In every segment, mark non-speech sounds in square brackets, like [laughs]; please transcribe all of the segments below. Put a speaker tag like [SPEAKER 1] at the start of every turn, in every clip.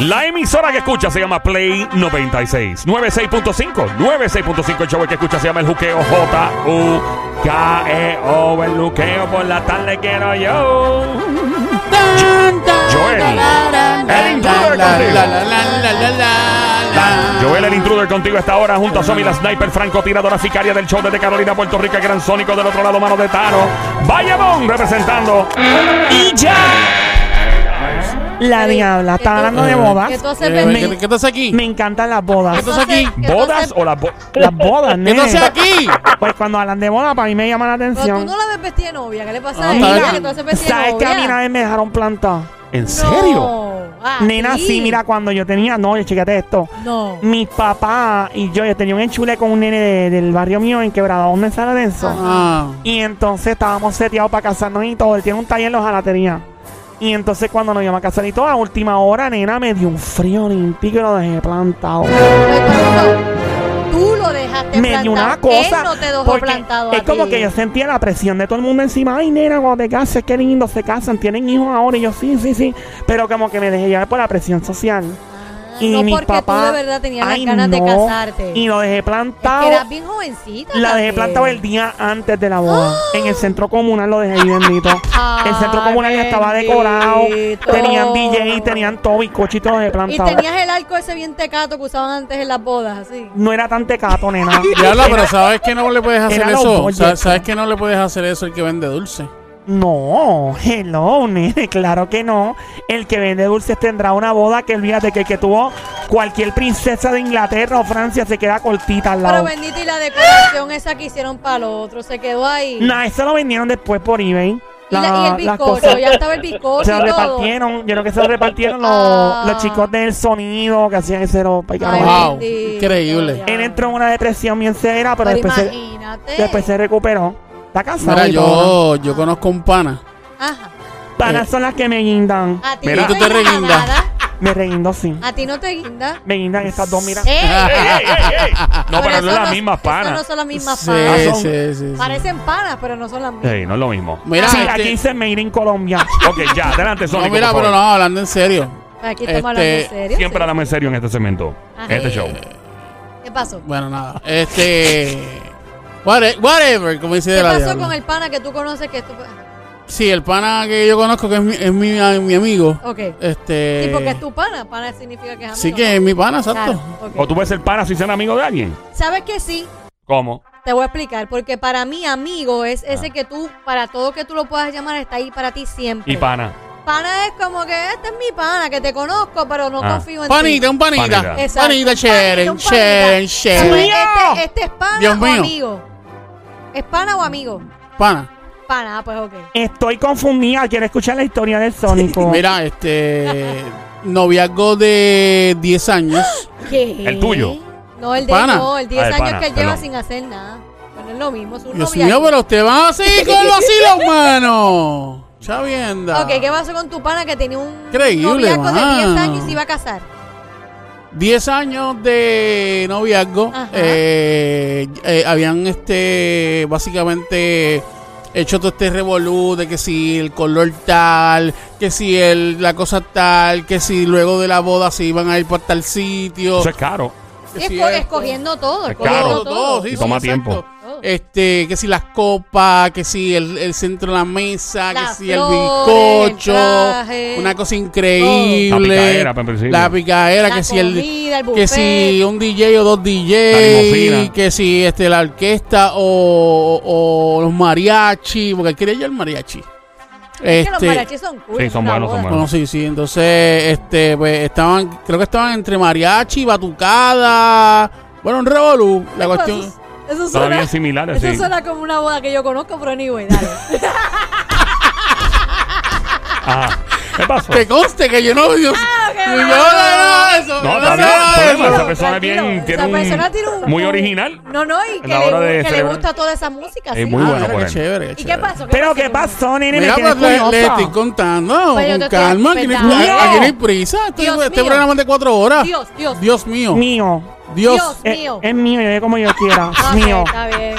[SPEAKER 1] La emisora que escucha se llama Play 96. 96.5. 96.5. El show que escucha se llama El Juqueo. J-U-K-E-O. El Juqueo por la tarde quiero yo. Joel. El intruder contigo. Joel, el intruder contigo a esta hora. Junto a Somi, la sniper francotiradora sicaria del show desde Carolina, Puerto Rico. El gran sónico del otro lado, mano de Tano. Bayamón representando.
[SPEAKER 2] Y ya. La diabla,
[SPEAKER 3] que tú-
[SPEAKER 2] está hablando de
[SPEAKER 3] que
[SPEAKER 2] bodas.
[SPEAKER 3] tú haces
[SPEAKER 2] Me,
[SPEAKER 3] berrinche.
[SPEAKER 4] ¿Qué, qué estás aquí?
[SPEAKER 2] me encantan las bodas.
[SPEAKER 4] estás aquí?
[SPEAKER 3] Eh, ¿Qué tú
[SPEAKER 1] ¿Bodas
[SPEAKER 3] haces?
[SPEAKER 1] o las bodas?
[SPEAKER 2] Las bodas,
[SPEAKER 4] ¿Qué
[SPEAKER 2] nene.
[SPEAKER 4] estás aquí?
[SPEAKER 2] Pues cuando hablan de bodas, para mí me llama la
[SPEAKER 3] Pero tú
[SPEAKER 2] atención.
[SPEAKER 3] no la ves vestida de novia. ¿Qué le pasa
[SPEAKER 4] Ah,
[SPEAKER 3] a
[SPEAKER 4] mira,
[SPEAKER 3] ella? Que tú haces vestida de
[SPEAKER 2] ¿Sabes que
[SPEAKER 3] novia.
[SPEAKER 2] a mí una vez me dejaron plantada?
[SPEAKER 1] ¿En
[SPEAKER 3] No.
[SPEAKER 1] serio?
[SPEAKER 3] Ah,
[SPEAKER 2] Nena, sí, mira, cuando yo tenía, no, chécate esto.
[SPEAKER 3] No.
[SPEAKER 2] Mi papá y yo, yo tenía un enchule con un nene de- del barrio mío en Quebradón de San Lorenzo.
[SPEAKER 4] Ah.
[SPEAKER 2] Y entonces estábamos seteados para casarnos y todo. Él tiene un taller en los jalatería. Y entonces cuando nos íbamos a casar y todo, a última hora, nena, me dio un frío olímpico y lo dejé plantado.
[SPEAKER 3] Tú Pues lo dejaste
[SPEAKER 2] me dio una
[SPEAKER 3] plantado.
[SPEAKER 2] cosa.
[SPEAKER 3] Él no te dejó
[SPEAKER 2] porque
[SPEAKER 3] plantado
[SPEAKER 2] es
[SPEAKER 3] a
[SPEAKER 2] como
[SPEAKER 3] ti.
[SPEAKER 2] que yo sentía la presión de todo el mundo encima. Ay, nena, cuando te cases, qué lindo, se casan, tienen hijos ahora. Y yo, sí, sí, sí. Pero como que me dejé llevar por la presión social.
[SPEAKER 3] Ah,
[SPEAKER 2] Y
[SPEAKER 3] no
[SPEAKER 2] mi
[SPEAKER 3] porque
[SPEAKER 2] papá.
[SPEAKER 3] tú de verdad tenías
[SPEAKER 2] ay,
[SPEAKER 3] las ganas de
[SPEAKER 2] no.
[SPEAKER 3] casarte.
[SPEAKER 2] Y lo dejé
[SPEAKER 3] Es
[SPEAKER 2] plantado.
[SPEAKER 3] que eras bien jovencita.
[SPEAKER 2] La dejé
[SPEAKER 3] también.
[SPEAKER 2] plantado el día antes de la
[SPEAKER 3] [gasps]
[SPEAKER 2] boda. En el centro comunal lo dejé ahí, bendito.
[SPEAKER 3] Ah,
[SPEAKER 2] El centro
[SPEAKER 3] Ay,
[SPEAKER 2] comunal ya estaba decorado.
[SPEAKER 3] bendito.
[SPEAKER 2] Tenían DJ, tenían todo y coche y todo lo dejé
[SPEAKER 3] Y
[SPEAKER 2] plantado.
[SPEAKER 3] tenías el arco ese bien tecato que usaban antes en las bodas, así.
[SPEAKER 2] No era tan tecato, nena.
[SPEAKER 4] Diabla, pero sabes que no le puedes hacer
[SPEAKER 2] Eran los
[SPEAKER 4] eso.
[SPEAKER 2] bollos.
[SPEAKER 4] Sa- Sabes que no le puedes hacer eso el que vende dulce.
[SPEAKER 2] No, hello, nene, claro que no. El que vende dulces tendrá una boda que olvídate que el que tuvo cualquier princesa de Inglaterra o Francia se queda cortita al
[SPEAKER 3] Pero
[SPEAKER 2] lado.
[SPEAKER 3] bendita y la decoración esa que hicieron para lo otro se quedó ahí.
[SPEAKER 2] Nah, eso lo vendieron después por eBay.
[SPEAKER 3] y, la-
[SPEAKER 2] La-
[SPEAKER 3] y el
[SPEAKER 2] las
[SPEAKER 3] bizcocho,
[SPEAKER 2] cosas-
[SPEAKER 3] ya estaba el bizcocho
[SPEAKER 2] Se lo
[SPEAKER 3] y todo.
[SPEAKER 2] repartieron, yo creo que se lo repartieron los,
[SPEAKER 3] Ah.
[SPEAKER 2] los chicos del sonido que hacían ese ropa y
[SPEAKER 3] Ay,
[SPEAKER 2] carajo.
[SPEAKER 4] Wow,
[SPEAKER 3] bendito,
[SPEAKER 4] increíble.
[SPEAKER 3] ya.
[SPEAKER 2] Él entró en una depresión bien severa, pero,
[SPEAKER 3] Pero
[SPEAKER 2] después, se,
[SPEAKER 3] imagínate.
[SPEAKER 2] después se recuperó. Está casado.
[SPEAKER 4] Mira,
[SPEAKER 2] y todo,
[SPEAKER 4] yo, eh, yo conozco un pana.
[SPEAKER 3] Ajá.
[SPEAKER 2] ¿no? Panas son las que me guindan.
[SPEAKER 3] A ti
[SPEAKER 4] Mira,
[SPEAKER 3] no
[SPEAKER 4] tú te
[SPEAKER 3] guinda
[SPEAKER 4] reguindas.
[SPEAKER 3] nada.
[SPEAKER 2] Me reguindo, sí.
[SPEAKER 3] A ti no te
[SPEAKER 2] [laughs]
[SPEAKER 3] guinda.
[SPEAKER 2] Me guindan estas dos, mira.
[SPEAKER 1] [laughs]
[SPEAKER 3] ¡Ey!
[SPEAKER 1] ¡Ey, ey,
[SPEAKER 4] [laughs]
[SPEAKER 1] ey, ey! No, pero no
[SPEAKER 3] eso
[SPEAKER 1] es la
[SPEAKER 3] no-
[SPEAKER 1] misma
[SPEAKER 3] eso
[SPEAKER 1] pana.
[SPEAKER 3] No son las mismas
[SPEAKER 4] Sí,
[SPEAKER 3] panas.
[SPEAKER 2] Son-
[SPEAKER 4] sí, sí, sí.
[SPEAKER 3] Parecen panas, pero no son las mismas.
[SPEAKER 1] Ey, no es lo mismo.
[SPEAKER 4] Mira,
[SPEAKER 2] sí,
[SPEAKER 4] este-
[SPEAKER 2] aquí dice Made in Colombia.
[SPEAKER 1] Ok, ya, adelante,
[SPEAKER 4] no,
[SPEAKER 1] Sónico,
[SPEAKER 4] mira,
[SPEAKER 1] por
[SPEAKER 4] pero no,
[SPEAKER 1] favor.
[SPEAKER 4] hablando en serio.
[SPEAKER 3] Aquí estamos hablando
[SPEAKER 4] Este,
[SPEAKER 3] en serio.
[SPEAKER 1] Siempre
[SPEAKER 3] sí.
[SPEAKER 1] hablamos en serio en este segmento, en
[SPEAKER 3] Ajá.
[SPEAKER 1] este show.
[SPEAKER 3] ¿Qué pasó?
[SPEAKER 4] Bueno, nada. Este.
[SPEAKER 1] [laughs]
[SPEAKER 4] whate- Whatever, como dice
[SPEAKER 3] ¿Qué
[SPEAKER 4] de la
[SPEAKER 3] pasó
[SPEAKER 4] diabla.
[SPEAKER 3] con el pana que tú conoces que estuvo?
[SPEAKER 4] Sí, el pana que yo conozco, que es mi, es mi, a- mi amigo.
[SPEAKER 3] Ok.
[SPEAKER 4] Este.
[SPEAKER 3] Oh. Sí, porque es tu pana. Pana significa que es amigo.
[SPEAKER 4] Sí, que es mi pana, exacto.
[SPEAKER 3] Claro, ok.
[SPEAKER 1] ¿O tú puedes ser pana si ser amigo de alguien?
[SPEAKER 3] ¿Sabes que sí?
[SPEAKER 1] ¿Cómo?
[SPEAKER 3] Te voy a explicar, porque para mí amigo es
[SPEAKER 1] Ah.
[SPEAKER 3] ese que tú, para todo que tú lo puedas llamar, está ahí para ti siempre.
[SPEAKER 1] Y pana.
[SPEAKER 3] pana es como que este es mi pana, que te conozco, pero no
[SPEAKER 1] Ah.
[SPEAKER 3] confío en
[SPEAKER 4] Panita,
[SPEAKER 3] ti.
[SPEAKER 4] un panita.
[SPEAKER 1] Panita.
[SPEAKER 4] Panita,
[SPEAKER 3] Exacto. Panita,
[SPEAKER 4] sharing,
[SPEAKER 3] un panita.
[SPEAKER 4] sharing,
[SPEAKER 3] Como
[SPEAKER 4] sharing.
[SPEAKER 3] Este, este es pana
[SPEAKER 4] Dios
[SPEAKER 3] o
[SPEAKER 4] mío.
[SPEAKER 3] amigo. ¿Es pana o amigo?
[SPEAKER 4] Pana.
[SPEAKER 3] Pana, ah, pues ok.
[SPEAKER 2] Estoy confundida. Quiero escuchar la historia del Sónico.
[SPEAKER 4] Mira, este. Noviazgo de 10 años.
[SPEAKER 3] ¿Qué?
[SPEAKER 1] ¿El tuyo?
[SPEAKER 3] No, el de
[SPEAKER 4] Pana.
[SPEAKER 3] no, el 10
[SPEAKER 1] Ah, el
[SPEAKER 3] años
[SPEAKER 1] pana,
[SPEAKER 3] que él lleva
[SPEAKER 1] perdón.
[SPEAKER 3] sin hacer nada. Bueno, es lo mismo, es [gasps] un
[SPEAKER 4] Dios
[SPEAKER 3] novia.
[SPEAKER 4] mío, pero usted va así con los asilos, mano. Chavienda.
[SPEAKER 3] Ok, ¿qué pasó con tu pana que tenía un
[SPEAKER 4] Increíble,
[SPEAKER 3] noviazgo de 10
[SPEAKER 4] mano.
[SPEAKER 3] años y se iba a casar?
[SPEAKER 4] 10 años de noviazgo.
[SPEAKER 3] Ajá.
[SPEAKER 4] eh, eh, habían este básicamente hecho todo este revolú de que si el color tal, que si el, la cosa tal, que si luego de la boda se iban a ir para tal sitio.
[SPEAKER 1] Eso es caro.
[SPEAKER 4] que
[SPEAKER 3] Sí,
[SPEAKER 4] si
[SPEAKER 3] esco-
[SPEAKER 4] esto.
[SPEAKER 3] escogiendo todo,
[SPEAKER 1] Es
[SPEAKER 3] escogiendo
[SPEAKER 1] caro.
[SPEAKER 4] Todo, todo, sí,
[SPEAKER 1] Y
[SPEAKER 4] sí,
[SPEAKER 1] toma
[SPEAKER 4] exacto.
[SPEAKER 1] tiempo.
[SPEAKER 3] Todo.
[SPEAKER 4] Este, que si las copas, que si el, el centro de la mesa,
[SPEAKER 3] Las
[SPEAKER 4] que si el
[SPEAKER 3] flores,
[SPEAKER 4] bizcocho,
[SPEAKER 3] el traje,
[SPEAKER 4] una cosa increíble.
[SPEAKER 1] La picadera, para principio.
[SPEAKER 4] La picaera, que si el
[SPEAKER 3] comida, el
[SPEAKER 4] que
[SPEAKER 3] buffet.
[SPEAKER 4] si un DJ o dos
[SPEAKER 1] La limosina.
[SPEAKER 4] DJ, que si este la orquesta o, o los mariachi, porque él quería yo el mariachi. Este,
[SPEAKER 3] Es que los mariachis son cool.
[SPEAKER 1] Este, Sí, son
[SPEAKER 3] una
[SPEAKER 1] buenos, son
[SPEAKER 3] boda.
[SPEAKER 1] buenos.
[SPEAKER 4] Bueno, sí, sí. Entonces, este, pues estaban, creo que estaban entre mariachi, batucada, bueno, un revolú. La
[SPEAKER 3] Pues,
[SPEAKER 4] cuestión.
[SPEAKER 3] Eso
[SPEAKER 1] Son
[SPEAKER 3] suena,
[SPEAKER 1] bien similares,
[SPEAKER 3] eso
[SPEAKER 1] sí.
[SPEAKER 3] suena como una boda que yo conozco, pero anyway, dale.
[SPEAKER 1] Ajá. ¿Qué
[SPEAKER 3] [laughs]
[SPEAKER 1] pasó?
[SPEAKER 4] Que conste que yo no. Yo,
[SPEAKER 3] Ah, ok,
[SPEAKER 4] yo
[SPEAKER 3] ok,
[SPEAKER 4] no,
[SPEAKER 3] ok.
[SPEAKER 4] no, eso,
[SPEAKER 1] No,
[SPEAKER 4] yo
[SPEAKER 1] está
[SPEAKER 4] sé
[SPEAKER 1] bien,
[SPEAKER 4] nada de
[SPEAKER 1] problema,
[SPEAKER 4] eso.
[SPEAKER 1] esa persona es bien-
[SPEAKER 3] Tranquilo,
[SPEAKER 1] tiene
[SPEAKER 3] esa
[SPEAKER 1] un-
[SPEAKER 3] persona tiene un-
[SPEAKER 1] muy original.
[SPEAKER 3] No, no, y que,
[SPEAKER 1] la
[SPEAKER 3] le,
[SPEAKER 1] hora de
[SPEAKER 3] que le
[SPEAKER 1] celebrar.
[SPEAKER 3] gusta toda esa música.
[SPEAKER 1] Es
[SPEAKER 3] sí.
[SPEAKER 1] muy
[SPEAKER 4] Ah,
[SPEAKER 1] bueno
[SPEAKER 4] mira,
[SPEAKER 1] por
[SPEAKER 4] qué
[SPEAKER 1] él.
[SPEAKER 4] chévere, qué
[SPEAKER 3] ¿Y qué
[SPEAKER 4] chévere.
[SPEAKER 3] pasó?
[SPEAKER 2] Pero
[SPEAKER 3] con
[SPEAKER 2] ¿qué
[SPEAKER 3] él?
[SPEAKER 2] pasó, nene? Me
[SPEAKER 4] Mira,
[SPEAKER 2] tienes
[SPEAKER 4] pues le, le
[SPEAKER 2] curiosa.
[SPEAKER 4] estoy contando.
[SPEAKER 3] Pero Pues yo
[SPEAKER 4] con
[SPEAKER 3] te estoy
[SPEAKER 4] calma, aquí no, hay,
[SPEAKER 3] respetando.
[SPEAKER 4] aquí no hay prisa. Este,
[SPEAKER 3] Dios
[SPEAKER 4] este
[SPEAKER 3] mío.
[SPEAKER 4] programa es de cuatro horas.
[SPEAKER 3] Dios, Dios.
[SPEAKER 4] Dios mío.
[SPEAKER 2] Mío.
[SPEAKER 4] Dios.
[SPEAKER 3] Dios.
[SPEAKER 2] Es,
[SPEAKER 3] Mío.
[SPEAKER 2] es mío, yo como yo quiera.
[SPEAKER 3] Ah, [laughs] ok,
[SPEAKER 2] mío.
[SPEAKER 3] Está bien.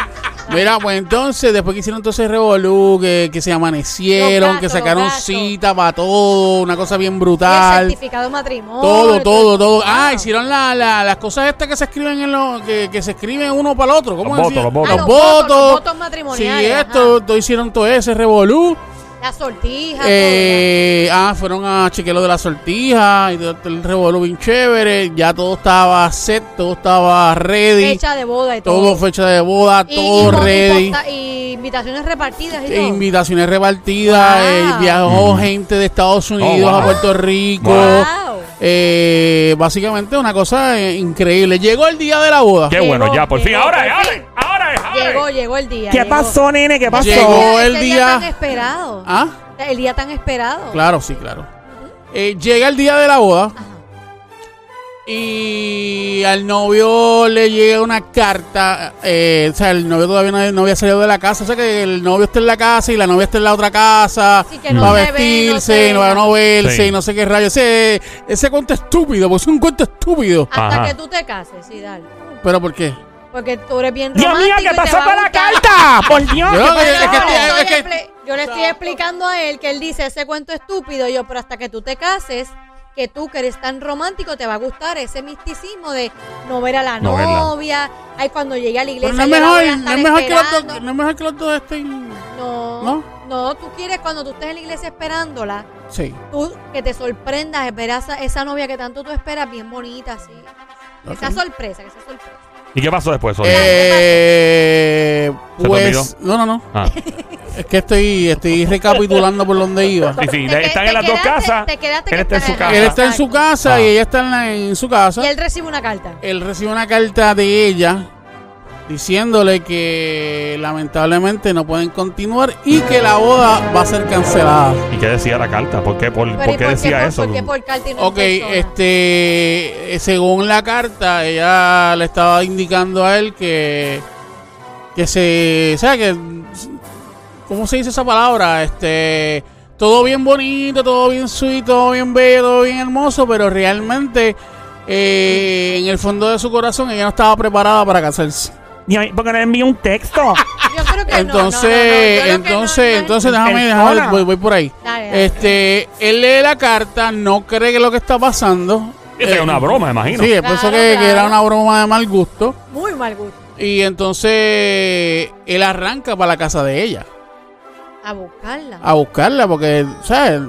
[SPEAKER 4] Mira, pues entonces, después que hicieron entonces Revolú, que, que se amanecieron,
[SPEAKER 3] Los gatos,
[SPEAKER 4] que sacaron
[SPEAKER 3] los gatos.
[SPEAKER 4] cita para todo, una cosa bien
[SPEAKER 3] el
[SPEAKER 4] brutal.
[SPEAKER 3] certificado de matrimonio.
[SPEAKER 4] Todo, todo, todo. Ah,
[SPEAKER 3] Wow.
[SPEAKER 4] hicieron la- la- las cosas estas que se escriben en lo, que, que se escriben uno para el otro. ¿Cómo
[SPEAKER 1] Los
[SPEAKER 4] decía?
[SPEAKER 1] votos, los
[SPEAKER 3] Ah, los votos, los votos matrimoniales.
[SPEAKER 4] Sí,
[SPEAKER 3] ajá.
[SPEAKER 4] esto, todo hicieron todo ese revolú.
[SPEAKER 3] La sortija.
[SPEAKER 4] Eh, ah, fueron a chequear lo de la sortija y todo el revolú bien chévere. Ya todo estaba set, todo estaba
[SPEAKER 3] todo,
[SPEAKER 4] ready.
[SPEAKER 3] ya. fecha de boda y todo.
[SPEAKER 4] todo fecha de boda,
[SPEAKER 3] Y-
[SPEAKER 4] todo
[SPEAKER 3] y con- y
[SPEAKER 4] ready.
[SPEAKER 3] posta- y invitaciones repartidas y
[SPEAKER 4] E
[SPEAKER 3] todo.
[SPEAKER 4] invitaciones repartidas,
[SPEAKER 3] Wow.
[SPEAKER 4] eh, viajó gente de Estados Unidos
[SPEAKER 1] Mm. Oh, wow.
[SPEAKER 4] a Puerto Rico.
[SPEAKER 3] Wow.
[SPEAKER 4] Eh, básicamente una cosa eh, increíble. Llegó el día de la boda.
[SPEAKER 1] Qué
[SPEAKER 3] Llegó,
[SPEAKER 1] bueno, ya, por fin.
[SPEAKER 3] llegó,
[SPEAKER 1] Ahora
[SPEAKER 3] por
[SPEAKER 1] es, ahora es,
[SPEAKER 3] fin.
[SPEAKER 1] ahora es, ahora es.
[SPEAKER 3] Llegó, llegó el día.
[SPEAKER 2] ¿Qué
[SPEAKER 3] llegó.
[SPEAKER 2] pasó, nene? ¿Qué pasó?
[SPEAKER 4] Llegó.
[SPEAKER 3] Ese
[SPEAKER 4] el día-
[SPEAKER 3] tan esperado.
[SPEAKER 4] Ah,
[SPEAKER 3] El día tan esperado.
[SPEAKER 4] claro, sí, claro. Eh, llega el día de la boda
[SPEAKER 3] Ajá.
[SPEAKER 4] y al novio le llega una carta. eh, o sea, el novio todavía no, no había salido de la casa. O sea, que el novio está en la casa y la novia está en la otra casa.
[SPEAKER 3] Sí, que no
[SPEAKER 4] va a
[SPEAKER 3] se ve, no se
[SPEAKER 4] vestirse, no va a no verse
[SPEAKER 1] Sí.
[SPEAKER 4] y no sé qué rayos. Ese, ese cuento estúpido, porque es un cuento estúpido.
[SPEAKER 3] Hasta
[SPEAKER 1] Ajá.
[SPEAKER 3] que tú te cases, sí, dale.
[SPEAKER 4] ¿Pero por qué?
[SPEAKER 3] Porque tú eres bien
[SPEAKER 2] Dios
[SPEAKER 3] romántico.
[SPEAKER 2] mío, ¿qué
[SPEAKER 3] y te
[SPEAKER 2] pasó
[SPEAKER 3] va a
[SPEAKER 2] con la
[SPEAKER 3] gustar.
[SPEAKER 2] carta? Por Dios, ¿qué
[SPEAKER 4] Yo-
[SPEAKER 2] pasó?
[SPEAKER 4] es que-
[SPEAKER 3] Yo le
[SPEAKER 4] es que-
[SPEAKER 3] estoy expli- Yo le estoy explicando a él que él dice ese cuento estúpido, y yo, pero hasta que tú te cases, que tú que eres tan romántico, te va a gustar ese misticismo de no ver a la
[SPEAKER 1] No verla.
[SPEAKER 3] novia. Ay, cuando llegue a la
[SPEAKER 4] Pero
[SPEAKER 3] iglesia.
[SPEAKER 4] no es
[SPEAKER 3] yo la voy a
[SPEAKER 4] mejor, no
[SPEAKER 3] estar
[SPEAKER 4] es mejor que los
[SPEAKER 3] esperando.
[SPEAKER 4] dos, no es mejor que los dos estén.
[SPEAKER 3] No,
[SPEAKER 4] ¿No?
[SPEAKER 3] no, tú quieres cuando tú estés en la iglesia esperándola,
[SPEAKER 4] Sí.
[SPEAKER 3] tú que te sorprendas, esperas esa, esa novia que tanto tú esperas, bien bonita, así.
[SPEAKER 4] ok.
[SPEAKER 3] Esa sorpresa, que esa sorpresa.
[SPEAKER 1] ¿Y qué pasó después, Sonia?
[SPEAKER 4] Eh,
[SPEAKER 1] ¿Se te
[SPEAKER 4] pues, no, no, no.
[SPEAKER 3] [laughs]
[SPEAKER 1] Ah.
[SPEAKER 4] Es que estoy, estoy recapitulando por donde iba.
[SPEAKER 1] Sí, sí,
[SPEAKER 3] Te que-
[SPEAKER 1] están
[SPEAKER 3] te
[SPEAKER 1] en las dos
[SPEAKER 3] quedaste-
[SPEAKER 1] casas.
[SPEAKER 3] te quedaste
[SPEAKER 1] Él
[SPEAKER 3] que
[SPEAKER 1] está en su
[SPEAKER 3] está-
[SPEAKER 1] casa.
[SPEAKER 4] Él está en su casa
[SPEAKER 1] Ah.
[SPEAKER 4] y ella está en, la- en su casa.
[SPEAKER 3] Y él recibe una carta.
[SPEAKER 4] Él recibe una carta de ella diciéndole que lamentablemente no pueden continuar y que la boda va a ser cancelada.
[SPEAKER 1] ¿Y qué decía la carta? ¿Por qué, por,
[SPEAKER 3] Pero, ¿y
[SPEAKER 1] por qué decía
[SPEAKER 3] por-
[SPEAKER 1] eso?
[SPEAKER 3] ¿Por qué por carta y no en
[SPEAKER 4] Ok, eh,
[SPEAKER 3] persona?
[SPEAKER 4] este, eh, según la carta, ella le estaba indicando a él que, que se, o sea, que, ¿cómo se dice esa palabra? Este, todo bien bonito, todo bien sweet, todo bien bello, todo bien hermoso, pero realmente, eh, en el fondo de su corazón, ella no estaba preparada para casarse.
[SPEAKER 2] Dios mío, ¿Por qué no le envió un texto?
[SPEAKER 3] Yo creo que Eh, no, no, no, no, yo
[SPEAKER 4] Entonces,
[SPEAKER 3] creo que no,
[SPEAKER 4] entonces,
[SPEAKER 3] no.
[SPEAKER 4] entonces, déjame, déjame,
[SPEAKER 2] Persona.
[SPEAKER 4] voy, voy por ahí.
[SPEAKER 3] Dale, dale.
[SPEAKER 4] Este, él lee la carta, no cree que lo que está pasando.
[SPEAKER 1] Esa
[SPEAKER 4] eh,
[SPEAKER 1] es una broma, imagino.
[SPEAKER 4] Sí, él pensó
[SPEAKER 3] Claro,
[SPEAKER 4] que, que era
[SPEAKER 3] claro.
[SPEAKER 4] una broma de mal gusto.
[SPEAKER 3] Muy mal gusto.
[SPEAKER 4] Y entonces él arranca para la casa de ella
[SPEAKER 3] A buscarla.
[SPEAKER 1] Ah,
[SPEAKER 4] a buscarla porque, ¿sabes?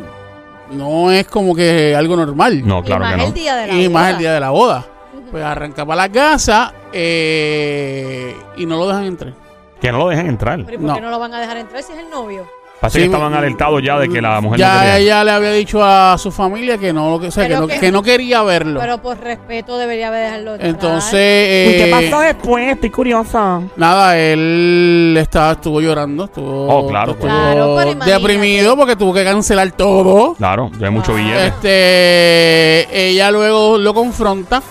[SPEAKER 4] No es como que algo normal.
[SPEAKER 1] No, claro
[SPEAKER 3] y más
[SPEAKER 1] que no.
[SPEAKER 3] el día de la
[SPEAKER 4] y más
[SPEAKER 3] boda.
[SPEAKER 4] el día de la boda. Pues arranca para la casa eh, y no lo dejan entrar.
[SPEAKER 1] Que no lo dejen entrar.
[SPEAKER 3] Pero ¿y por qué
[SPEAKER 4] no.
[SPEAKER 3] no. lo van a dejar entrar si es el novio?
[SPEAKER 1] Parece
[SPEAKER 4] Sí,
[SPEAKER 1] que estaban alertados ya de que la mujer no
[SPEAKER 4] ya
[SPEAKER 1] quería.
[SPEAKER 4] ella le había dicho a su familia que no, lo que, o sea, que
[SPEAKER 3] Pero
[SPEAKER 4] no,
[SPEAKER 3] que-
[SPEAKER 4] que no quería verlo.
[SPEAKER 3] Pero por respeto debería haber dejarlo entrar.
[SPEAKER 4] Entonces,
[SPEAKER 2] ¿Y qué
[SPEAKER 4] eh,
[SPEAKER 2] pasó después? Estoy curiosa.
[SPEAKER 4] Nada, él estaba, estuvo llorando, estuvo,
[SPEAKER 1] Oh, claro,
[SPEAKER 4] estuvo
[SPEAKER 3] Claro, pero imagínate.
[SPEAKER 4] deprimido porque tuvo que cancelar todo.
[SPEAKER 1] Claro, ya hay mucho
[SPEAKER 3] Ah.
[SPEAKER 1] billete.
[SPEAKER 4] Este, ella luego lo confronta,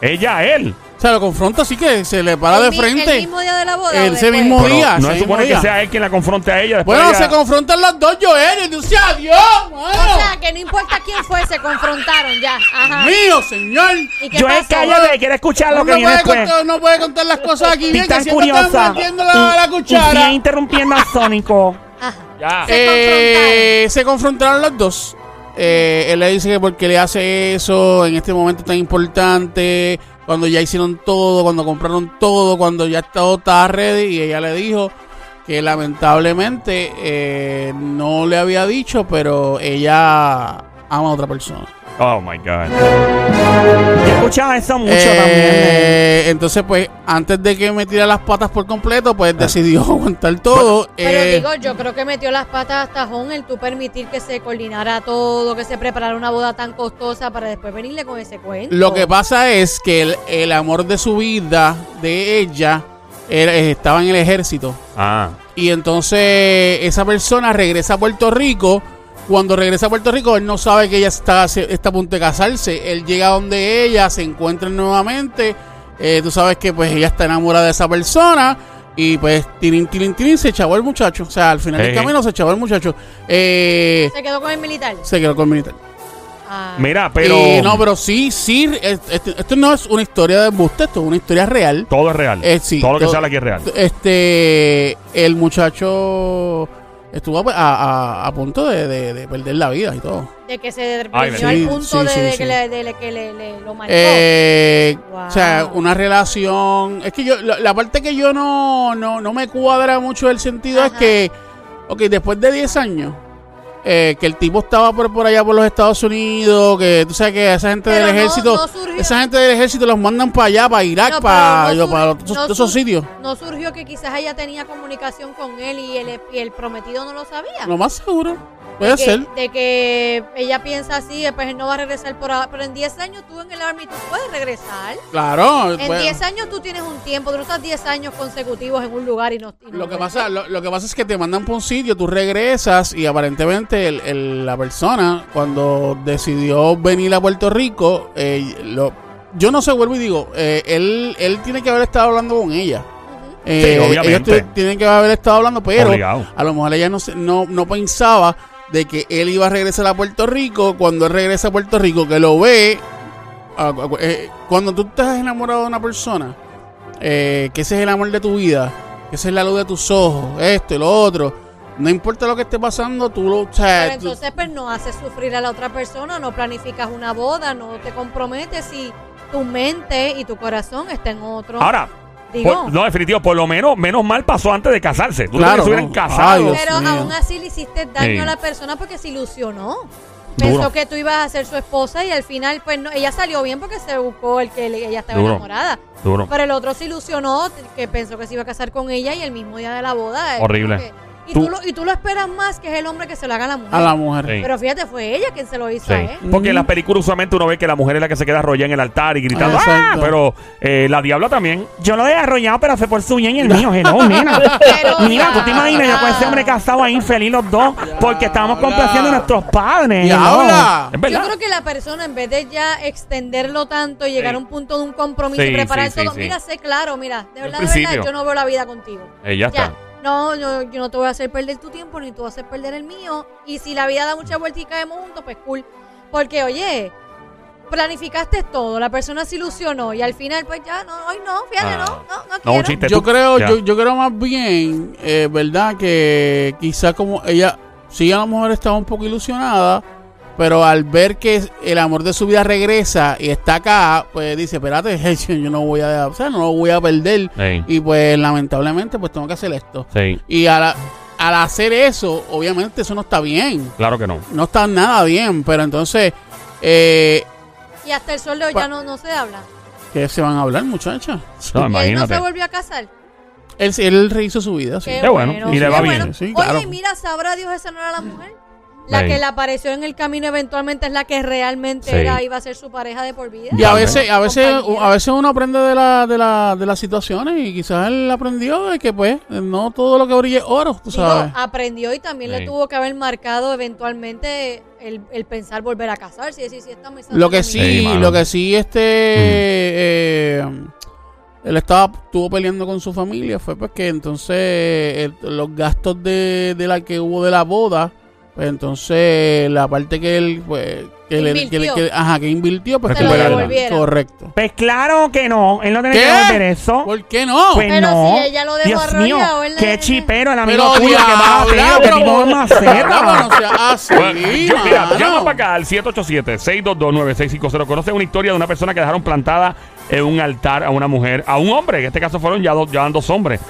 [SPEAKER 3] Eh.
[SPEAKER 1] Ella, él.
[SPEAKER 4] o sea, lo confronta así que se le para
[SPEAKER 3] El
[SPEAKER 4] de
[SPEAKER 3] mi-
[SPEAKER 4] frente.
[SPEAKER 3] El mismo día de la boda. o
[SPEAKER 4] Ese
[SPEAKER 3] después?
[SPEAKER 4] mismo
[SPEAKER 1] Pero
[SPEAKER 4] día,
[SPEAKER 1] no
[SPEAKER 4] sí,
[SPEAKER 1] se supone
[SPEAKER 4] día.
[SPEAKER 1] que sea él quien la confronte a ella. después
[SPEAKER 4] bueno,
[SPEAKER 1] ella-
[SPEAKER 4] se confrontan los dos, Joel, y dice, adiós,
[SPEAKER 3] O sea,
[SPEAKER 4] mano.
[SPEAKER 3] que no importa quién fue, se confrontaron ya. Ajá.
[SPEAKER 4] Mío, señor.
[SPEAKER 3] ¿Y qué
[SPEAKER 2] Yo
[SPEAKER 3] pasó?
[SPEAKER 2] es cállate, quiero escuchar
[SPEAKER 4] Uno
[SPEAKER 2] lo que
[SPEAKER 4] No
[SPEAKER 2] viene
[SPEAKER 4] puede,
[SPEAKER 2] después.
[SPEAKER 4] contar, no puede contar las cosas aquí bien,
[SPEAKER 2] Estoy
[SPEAKER 4] que
[SPEAKER 2] tan
[SPEAKER 4] siempre están
[SPEAKER 2] curiosa.
[SPEAKER 4] metiendo la, la
[SPEAKER 2] Y- Y
[SPEAKER 4] cuchara.
[SPEAKER 2] sigue interrumpiendo a Sónico.
[SPEAKER 3] Ajá.
[SPEAKER 1] Ya.
[SPEAKER 3] Se
[SPEAKER 4] Eh, se confrontaron los dos. Eh, él le dice que porque le hace eso en este momento tan importante, cuando ya hicieron todo, cuando compraron todo, cuando ya todo estaba ready, y ella le dijo que lamentablemente eh, no le había dicho, pero ella ama a otra persona.
[SPEAKER 1] Oh my God.
[SPEAKER 2] Yo escuchaba eso mucho
[SPEAKER 4] Eh,
[SPEAKER 2] también. eh.
[SPEAKER 4] Entonces, pues, antes de que me tire las patas por completo, pues decidió [laughs] aguantar todo.
[SPEAKER 3] Pero
[SPEAKER 4] eh,
[SPEAKER 3] digo, yo creo que metió las patas hasta Jón el tú permitir que se coordinara todo, que se preparara una boda tan costosa para después venirle con ese cuento.
[SPEAKER 4] Lo que pasa es que el, el amor de su vida, de ella, era- estaba en el ejército.
[SPEAKER 1] Ah.
[SPEAKER 4] Y entonces esa persona regresa a Puerto Rico. Cuando regresa a Puerto Rico, él no sabe que ella está, se- está a punto de casarse. Él llega donde ella, se encuentran nuevamente. Eh, tú sabes que pues ella está enamorada de esa persona. Y pues, tirín, tirín, tirín, se echaba el muchacho. O sea, al final
[SPEAKER 1] Eh.
[SPEAKER 4] del camino se echaba el muchacho. Eh,
[SPEAKER 3] Se quedó con el militar.
[SPEAKER 4] se quedó con el militar.
[SPEAKER 3] Ah, Ah.
[SPEAKER 1] Mira, pero.
[SPEAKER 4] Y Eh, no, pero sí, sí. Este, este- esto no es una historia de embuste, esto es una historia real.
[SPEAKER 1] Todo es real.
[SPEAKER 4] Eh, sí,
[SPEAKER 1] todo lo que
[SPEAKER 4] todo-
[SPEAKER 1] sale aquí es real.
[SPEAKER 4] Este. El muchacho estuvo pues, a, a- a punto de, de- de perder la vida y todo.
[SPEAKER 3] De que se
[SPEAKER 1] Ay,
[SPEAKER 3] deprimió
[SPEAKER 4] sí,
[SPEAKER 3] al punto
[SPEAKER 4] sí,
[SPEAKER 3] de,
[SPEAKER 4] sí,
[SPEAKER 3] de
[SPEAKER 4] sí.
[SPEAKER 3] que, le, de le- que le, le- lo marcó.
[SPEAKER 4] Eh,
[SPEAKER 3] Wow.
[SPEAKER 4] O sea, una relación. Es que yo. La, la parte que yo no, no, no me cuadra mucho el sentido es
[SPEAKER 3] Ajá.
[SPEAKER 4] que. Ok, después de 10 años. eh, que el tipo estaba por, por allá por los Estados Unidos. Que tú sabes que esa gente
[SPEAKER 3] Pero
[SPEAKER 4] del
[SPEAKER 3] no-
[SPEAKER 4] ejército.
[SPEAKER 3] no surgió.
[SPEAKER 4] esa gente del ejército los mandan para allá, para Irak,
[SPEAKER 3] No, pero
[SPEAKER 4] para,
[SPEAKER 3] no
[SPEAKER 4] yo, para
[SPEAKER 3] sur-
[SPEAKER 4] todos esos-
[SPEAKER 3] no
[SPEAKER 4] todos esos
[SPEAKER 3] sur-
[SPEAKER 4] sitios.
[SPEAKER 3] No surgió que quizás ella tenía comunicación con él y el, y el prometido no lo sabía.
[SPEAKER 4] Lo más seguro. Puede
[SPEAKER 3] de que,
[SPEAKER 4] ser.
[SPEAKER 3] de que ella piensa así, eh, pues él no va a regresar por ahora. Pero en 10 años tú en el Army, tú puedes regresar.
[SPEAKER 4] Claro.
[SPEAKER 3] En
[SPEAKER 4] puede-
[SPEAKER 3] 10 años tú tienes un tiempo, tú no estás 10 años consecutivos en un lugar y no. y no
[SPEAKER 4] Lo que,
[SPEAKER 3] vuelves.
[SPEAKER 4] pasa, lo, lo que pasa es que te mandan por un sitio, tú regresas y aparentemente el- el- la persona cuando decidió venir a Puerto Rico, eh, lo, yo no sé, vuelvo y digo, eh, él, él tiene que haber estado hablando con ella.
[SPEAKER 3] Ujú.
[SPEAKER 4] Eh,
[SPEAKER 1] obviamente.
[SPEAKER 4] ellos tu- tienen que haber estado hablando, pero
[SPEAKER 1] Obligado.
[SPEAKER 4] a lo mejor ella no, se- no, no pensaba de que él iba a regresar a Puerto Rico. Cuando él regresa a Puerto Rico, que lo ve. a- a- eh, cuando tú estás enamorado de una persona, eh, que ese es el amor de tu vida, que esa es la luz de tus ojos, esto y lo otro. No importa lo que esté pasando, tú lo. o sea,
[SPEAKER 3] Pero
[SPEAKER 4] tú-
[SPEAKER 3] entonces, pues no haces sufrir a la otra persona, no planificas una boda, no te comprometes si tu mente y tu corazón está en otro.
[SPEAKER 1] Ahora,
[SPEAKER 3] digo.
[SPEAKER 1] por- no, definitivo, por lo menos, menos mal pasó antes de casarse. Tú claro,
[SPEAKER 4] Claro,
[SPEAKER 1] hubieran
[SPEAKER 4] no. Ah. Ay,
[SPEAKER 1] casado.
[SPEAKER 4] Dios.
[SPEAKER 3] pero
[SPEAKER 4] mío.
[SPEAKER 3] aún así le hiciste daño
[SPEAKER 1] Sí.
[SPEAKER 3] a la persona porque se ilusionó.
[SPEAKER 1] Duro.
[SPEAKER 3] Pensó que tú ibas a ser su esposa y al final, pues no, ella salió bien porque se buscó el que le- ella estaba
[SPEAKER 1] Duro.
[SPEAKER 3] enamorada.
[SPEAKER 1] Duro.
[SPEAKER 3] Pero el otro se ilusionó, que pensó que se iba a casar con ella y el mismo día de la boda. eh,
[SPEAKER 1] Horrible.
[SPEAKER 3] como que- y, tú,
[SPEAKER 1] Tú-
[SPEAKER 3] lo, y tú lo esperas más que es el hombre que se lo haga a la mujer.
[SPEAKER 4] a la mujer.
[SPEAKER 1] Sí.
[SPEAKER 3] Pero fíjate, fue ella quien se lo hizo,
[SPEAKER 1] Sí. [laughs]
[SPEAKER 3] ¿eh?
[SPEAKER 1] Porque
[SPEAKER 4] Mm.
[SPEAKER 1] en las películas usualmente uno ve que la mujer es la que se queda arrollada en el altar y gritando.
[SPEAKER 4] Exacto.
[SPEAKER 1] "¡Ah!", Pero eh, la diabla también.
[SPEAKER 2] Yo lo he arrollado, pero se por su bien y el mío.
[SPEAKER 5] [laughs]
[SPEAKER 2] Hello, nena.
[SPEAKER 3] Pero,
[SPEAKER 2] Mira, tú te imaginas yo con ese
[SPEAKER 3] diabla.
[SPEAKER 2] hombre casado ahí infeliz los dos porque estábamos
[SPEAKER 4] Diabla.
[SPEAKER 2] complaciendo a nuestros padres.
[SPEAKER 4] Y
[SPEAKER 2] hello.
[SPEAKER 4] habla.
[SPEAKER 1] Es verdad.
[SPEAKER 3] Yo creo que la persona, en vez de ya extenderlo tanto y llegar
[SPEAKER 1] Sí.
[SPEAKER 3] a un punto de un compromiso
[SPEAKER 1] Sí,
[SPEAKER 3] y preparar
[SPEAKER 1] sí, sí,
[SPEAKER 3] todo,
[SPEAKER 1] sí.
[SPEAKER 3] mira, sé claro, mira, de
[SPEAKER 1] En
[SPEAKER 3] verdad, de verdad,
[SPEAKER 1] principio.
[SPEAKER 3] yo no veo la vida contigo.
[SPEAKER 1] Eh, ya está.
[SPEAKER 3] Ya, no, yo, yo no te voy a hacer perder tu tiempo, ni tú vas a hacer perder el mío. Y si la vida da muchas vueltas y caemos juntos, pues cool. Porque, oye, planificaste todo, la persona se ilusionó y al final, pues ya, no, hoy no, fíjate,
[SPEAKER 1] Ah.
[SPEAKER 3] no, no, no
[SPEAKER 1] No, un
[SPEAKER 3] quiero.
[SPEAKER 1] chiste.
[SPEAKER 4] yo
[SPEAKER 1] tú-
[SPEAKER 4] creo
[SPEAKER 1] ya.
[SPEAKER 4] yo, yo creo más bien eh, verdad que quizás como ella sí a lo mejor estaba un poco ilusionada pero al ver que el amor de su vida regresa y está acá pues dice espérate [laughs] yo no voy a o sea, no lo voy a perder
[SPEAKER 1] Sí,
[SPEAKER 4] y pues lamentablemente pues tengo que hacer esto
[SPEAKER 1] sí,
[SPEAKER 4] y al, al hacer eso obviamente eso no está bien
[SPEAKER 1] claro que no.
[SPEAKER 4] no está nada bien pero entonces eh,
[SPEAKER 3] Y hasta el sol de hoy
[SPEAKER 4] Pa-
[SPEAKER 3] ya no, no se habla.
[SPEAKER 4] ¿qué se van a hablar muchacha?
[SPEAKER 1] Pues, No,
[SPEAKER 3] Y él no
[SPEAKER 1] imagínate.
[SPEAKER 3] se volvió a casar.
[SPEAKER 4] él, él rehizo su vida sí.
[SPEAKER 1] Qué bueno, y le
[SPEAKER 3] qué
[SPEAKER 1] va
[SPEAKER 4] bien,
[SPEAKER 3] bueno.
[SPEAKER 4] sí,
[SPEAKER 3] Oye,
[SPEAKER 4] claro.
[SPEAKER 3] mira, sabrá Dios, esa no era la mujer. La
[SPEAKER 1] Sí.
[SPEAKER 3] que le apareció en el camino eventualmente es la que realmente
[SPEAKER 1] Sí.
[SPEAKER 3] era, iba a ser su pareja de por vida.
[SPEAKER 4] Y a
[SPEAKER 1] Tal
[SPEAKER 4] veces, a veces,
[SPEAKER 3] Compañera.
[SPEAKER 4] a veces uno aprende de, la, de, la, de las situaciones y quizás él aprendió de que pues no todo lo que brille es oro, tú
[SPEAKER 3] Digo, ah,
[SPEAKER 4] sabes.
[SPEAKER 3] aprendió y también
[SPEAKER 1] Sí.
[SPEAKER 3] le tuvo que haber marcado eventualmente el, el pensar volver a casarse y decir, si esta me sale
[SPEAKER 4] Lo que
[SPEAKER 3] la misma".
[SPEAKER 4] sí,
[SPEAKER 1] mano.
[SPEAKER 4] lo que sí, este, eh,
[SPEAKER 1] Mm.
[SPEAKER 4] él estaba, estuvo peleando con su familia, fue porque entonces el- los gastos de, de la que hubo de la boda, pues entonces la parte que él, pues, que, le- que le-
[SPEAKER 3] Invirtió.
[SPEAKER 4] que- ajá, que invirtió, pues
[SPEAKER 1] Se lo
[SPEAKER 4] recuperarla.
[SPEAKER 3] devolviera.
[SPEAKER 4] Correcto.
[SPEAKER 2] Pues claro que no. Él no tiene
[SPEAKER 4] ¿Qué?
[SPEAKER 2] que devolver eso.
[SPEAKER 4] ¿Por qué no?
[SPEAKER 2] Pues
[SPEAKER 3] Pero
[SPEAKER 2] no.
[SPEAKER 3] si ella lo dejó
[SPEAKER 2] Dios mío,
[SPEAKER 3] arrollado, él la-
[SPEAKER 2] qué chipero el amigo
[SPEAKER 4] Pero
[SPEAKER 2] tuyo que más
[SPEAKER 4] diabla,
[SPEAKER 2] ateo, que
[SPEAKER 4] pero-
[SPEAKER 2] tipo más
[SPEAKER 4] Diablo,
[SPEAKER 2] maceta.
[SPEAKER 4] no sea así,
[SPEAKER 1] Bueno, yo- mira,
[SPEAKER 4] mano.
[SPEAKER 1] llama para acá al 787-622-9650. Conoce una historia de una persona que dejaron plantada en un altar a una mujer, a un hombre. En este caso fueron ya dos, ya van dos hombres.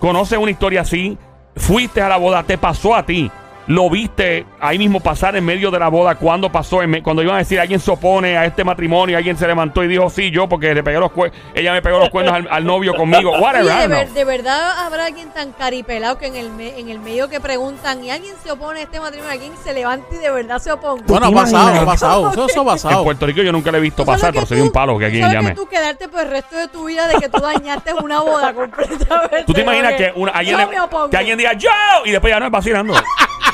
[SPEAKER 1] Conoce una historia así. Fuiste a la boda, te pasó a ti. Lo viste ahí mismo pasar en medio de la boda cuando pasó, en me- cuando iban a decir alguien se opone a este matrimonio, alguien se levantó y dijo sí, yo porque le pegué los cuernos, ella me pegó los cuernos al, al novio conmigo, whatever.
[SPEAKER 3] Oye,
[SPEAKER 1] I
[SPEAKER 3] de,
[SPEAKER 1] don't know.
[SPEAKER 3] ver- de verdad habrá alguien tan caripelado que en el, me- en el medio que preguntan y alguien se opone a este matrimonio, alguien se levanta y de verdad se oponga.
[SPEAKER 4] Bueno, ha
[SPEAKER 2] ¿Tú te
[SPEAKER 4] pasado, ha
[SPEAKER 2] imaginas?
[SPEAKER 3] [laughs]
[SPEAKER 4] pasado. Eso, eso ha
[SPEAKER 1] En
[SPEAKER 4] pasado.
[SPEAKER 1] Puerto Rico yo nunca le he visto
[SPEAKER 3] Tú sabes
[SPEAKER 1] pasar, pero
[SPEAKER 3] que
[SPEAKER 1] soy un
[SPEAKER 3] tú-
[SPEAKER 1] palo que
[SPEAKER 3] tú
[SPEAKER 1] alguien
[SPEAKER 3] sabes
[SPEAKER 1] llame.
[SPEAKER 3] Que tú quedarte por el resto de tu vida de que tú dañaste una boda completamente.
[SPEAKER 1] ¿Tú te imaginas
[SPEAKER 3] porque
[SPEAKER 1] que, una, alguien
[SPEAKER 3] yo
[SPEAKER 1] le-
[SPEAKER 3] me opongo.
[SPEAKER 1] que alguien diga yo y después ya no es
[SPEAKER 3] [laughs]
[SPEAKER 1] vacilando?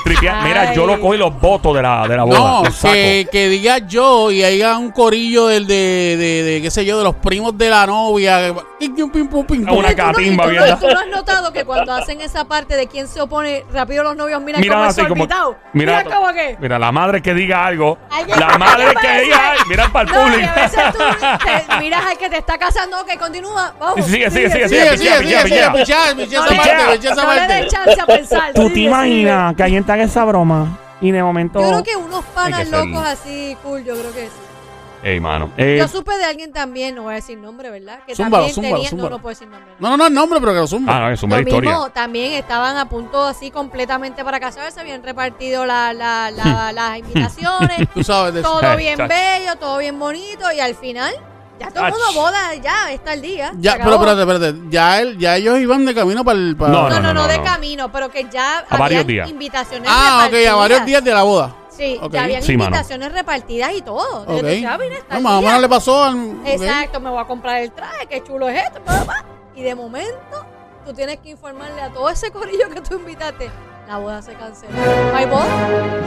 [SPEAKER 1] Tripea- Mira,
[SPEAKER 3] Ay.
[SPEAKER 1] yo lo cojo y los votos de la, de la boda.
[SPEAKER 4] No,
[SPEAKER 1] los saco.
[SPEAKER 4] que, que diga yo y haya un corillo del de, de, de, qué sé yo, de los primos de la novia. tic, tic, pim, pum, pim,
[SPEAKER 1] A Ah, una
[SPEAKER 4] pum.
[SPEAKER 3] Y tú no-
[SPEAKER 1] catimba
[SPEAKER 3] y tú no-
[SPEAKER 1] abierta.
[SPEAKER 3] ¿Tú no has notado que cuando hacen esa parte de quién se opone, rápido los novios miran
[SPEAKER 1] Mira
[SPEAKER 3] como
[SPEAKER 1] así como-
[SPEAKER 3] exorbitado?
[SPEAKER 1] mira-
[SPEAKER 3] Mira como que...
[SPEAKER 1] Mira, la madre que diga algo.
[SPEAKER 3] Alguien-
[SPEAKER 1] La madre
[SPEAKER 3] alguien
[SPEAKER 1] que
[SPEAKER 3] parece-
[SPEAKER 1] diga algo. Mira para el
[SPEAKER 3] No, y a veces
[SPEAKER 1] público.
[SPEAKER 3] tú te miras al que te está casando, que continúa, vamos.
[SPEAKER 1] Sigue, sigue, sigue,
[SPEAKER 4] Sigue,
[SPEAKER 1] pichea,
[SPEAKER 4] sigue,
[SPEAKER 1] pichea,
[SPEAKER 4] sigue, sigue,
[SPEAKER 1] pichea.
[SPEAKER 4] pichá, pichá
[SPEAKER 3] No,
[SPEAKER 4] esa
[SPEAKER 3] le-
[SPEAKER 1] pichea.
[SPEAKER 4] parte, pichá esa
[SPEAKER 3] no le
[SPEAKER 4] parte.
[SPEAKER 3] des chance a pensar.
[SPEAKER 2] ¿Tú
[SPEAKER 3] sigue,
[SPEAKER 2] te
[SPEAKER 3] sigue.
[SPEAKER 2] imaginas que ahí está esa broma? Y de momento.
[SPEAKER 3] Yo creo que unos
[SPEAKER 1] Hay
[SPEAKER 3] panas
[SPEAKER 1] que ser-
[SPEAKER 3] locos así, cool, yo creo que sí.
[SPEAKER 1] [laughs] Ey, mano. Eh,
[SPEAKER 3] Yo supe de alguien también, no voy a decir nombre, ¿verdad? Que
[SPEAKER 4] Zúmbalo,
[SPEAKER 3] también
[SPEAKER 4] zúmbalo,
[SPEAKER 3] tenía,
[SPEAKER 4] zúmbalo.
[SPEAKER 3] no, no puedo decir nombre.
[SPEAKER 4] No, no, no, el nombre, pero que lo zumba.
[SPEAKER 1] ah, no, es
[SPEAKER 3] Lo
[SPEAKER 1] una
[SPEAKER 3] mismo,
[SPEAKER 1] historia.
[SPEAKER 3] también estaban a punto así completamente para casarse, habían repartido la, la, la- [laughs]
[SPEAKER 4] [laughs]
[SPEAKER 3] las invitaciones,
[SPEAKER 4] Tú sabes de eso.
[SPEAKER 3] todo
[SPEAKER 1] Hmm. Ay,
[SPEAKER 3] bien
[SPEAKER 1] chacho.
[SPEAKER 3] bello, todo bien bonito, y al final, ya todo el mundo
[SPEAKER 1] Ach.
[SPEAKER 3] boda, ya está el día.
[SPEAKER 4] Ya,
[SPEAKER 3] se
[SPEAKER 4] pero
[SPEAKER 3] acabó.
[SPEAKER 4] espérate, espérate. Ya, él, ya ellos iban de camino para el. para-
[SPEAKER 1] No,
[SPEAKER 3] No, no, no, de
[SPEAKER 1] no.
[SPEAKER 3] camino, pero que ya
[SPEAKER 1] A varios
[SPEAKER 3] habían
[SPEAKER 1] días.
[SPEAKER 3] invitaciones
[SPEAKER 4] Ah, ok,
[SPEAKER 3] repartidas.
[SPEAKER 4] a varios días de la boda.
[SPEAKER 3] Sí,
[SPEAKER 4] Ok.
[SPEAKER 3] ya habían
[SPEAKER 1] Sí, mano.
[SPEAKER 3] invitaciones repartidas y todo. Yo
[SPEAKER 4] Ok.
[SPEAKER 3] dije, ah, mira, está
[SPEAKER 4] No,
[SPEAKER 3] el
[SPEAKER 4] más o
[SPEAKER 3] día.
[SPEAKER 4] menos le pasó al. ok.
[SPEAKER 3] Exacto, me voy a comprar el traje, qué chulo es esto. pa, pa. Y de momento, tú tienes que informarle a todo ese corillo que tú invitaste. La boda se canceló. No hay boda.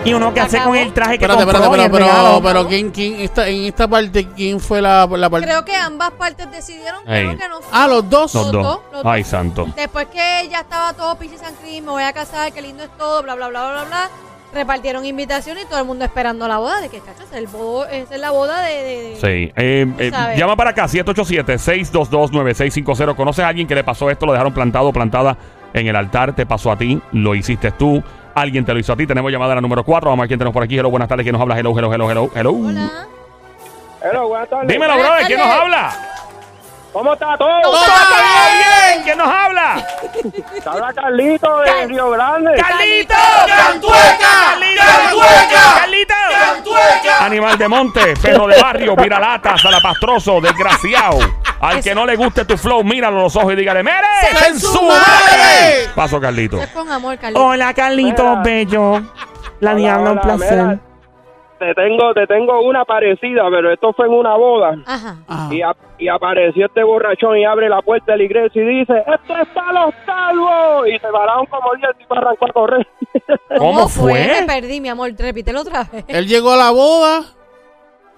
[SPEAKER 2] Y uno que hace
[SPEAKER 3] Acabó.
[SPEAKER 2] con el traje que
[SPEAKER 4] Espérate, espérate,
[SPEAKER 2] compró y
[SPEAKER 4] pero,
[SPEAKER 2] el
[SPEAKER 4] pero,
[SPEAKER 2] regalo.
[SPEAKER 4] pero ¿quién, quién está, en esta parte, ¿quién fue la, la parte?
[SPEAKER 3] Creo que ambas partes decidieron
[SPEAKER 1] Ey.
[SPEAKER 3] creo que no.
[SPEAKER 4] Ah, los dos.
[SPEAKER 1] Los dos.
[SPEAKER 3] Los dos, los
[SPEAKER 1] Ay, santo.
[SPEAKER 3] Después que ya estaba todo Pichi San Cris, me voy a casar, qué lindo es todo, bla, bla, bla, bla, bla. Repartieron invitaciones y todo el mundo esperando la boda. De que, chacho, esa es, el bo- esa es la boda de... de- de-
[SPEAKER 1] Sí. Eh, eh,
[SPEAKER 3] sabes.
[SPEAKER 1] llama para acá, 787-622-9650. ¿Conoces a alguien que le pasó esto? Lo dejaron plantado o plantada en el altar. Te pasó a ti, lo hiciste tú. Alguien te lo hizo a ti. Tenemos llamada a la número 4. Vamos a ver quién tenemos por aquí. Hello, buenas tardes. ¿Quién nos habla? Hello, hello, hello, hello. hello.
[SPEAKER 3] Hola.
[SPEAKER 5] Hello, buenas tardes.
[SPEAKER 1] Dímelo,
[SPEAKER 3] Buenas
[SPEAKER 1] brother. ¿Quién nos
[SPEAKER 3] tardes.
[SPEAKER 1] habla?
[SPEAKER 5] ¿Cómo está todo?
[SPEAKER 4] ¡Todo está bien!
[SPEAKER 1] ¿Quién nos habla?
[SPEAKER 5] Te habla Carlito de Río Grande.
[SPEAKER 1] ¡Carlito!
[SPEAKER 4] ¡Cantueca! ¡Cantueca!
[SPEAKER 1] ¡Carlito! Animal de monte, perro de barrio, piralata, salapastroso, desgraciado. Al que no le guste tu flow, míralo a los ojos y dígale, ¡Mere!
[SPEAKER 4] ¡Está en su madre!
[SPEAKER 1] Paso, Carlito.
[SPEAKER 3] Eso es con amor, Carlos.
[SPEAKER 1] Oh.
[SPEAKER 2] Hola, Carlitos
[SPEAKER 5] Mira.
[SPEAKER 2] Bello. La
[SPEAKER 5] Hola,
[SPEAKER 2] diabla, un
[SPEAKER 5] hola,
[SPEAKER 2] placer.
[SPEAKER 5] mira. Te tengo, te tengo una parecida, pero esto fue en una boda.
[SPEAKER 3] Ajá.
[SPEAKER 2] Ah.
[SPEAKER 4] Ajá.
[SPEAKER 5] Y, a- y apareció este borrachón y abre la puerta de la iglesia y dice, ¡Esto es para los salvos! Y se pararon como 10 y me arrancó a correr.
[SPEAKER 1] ¿Cómo
[SPEAKER 3] Me
[SPEAKER 1] fue?
[SPEAKER 3] perdí, mi amor. Repítelo otra vez.
[SPEAKER 4] Él llegó a la boda.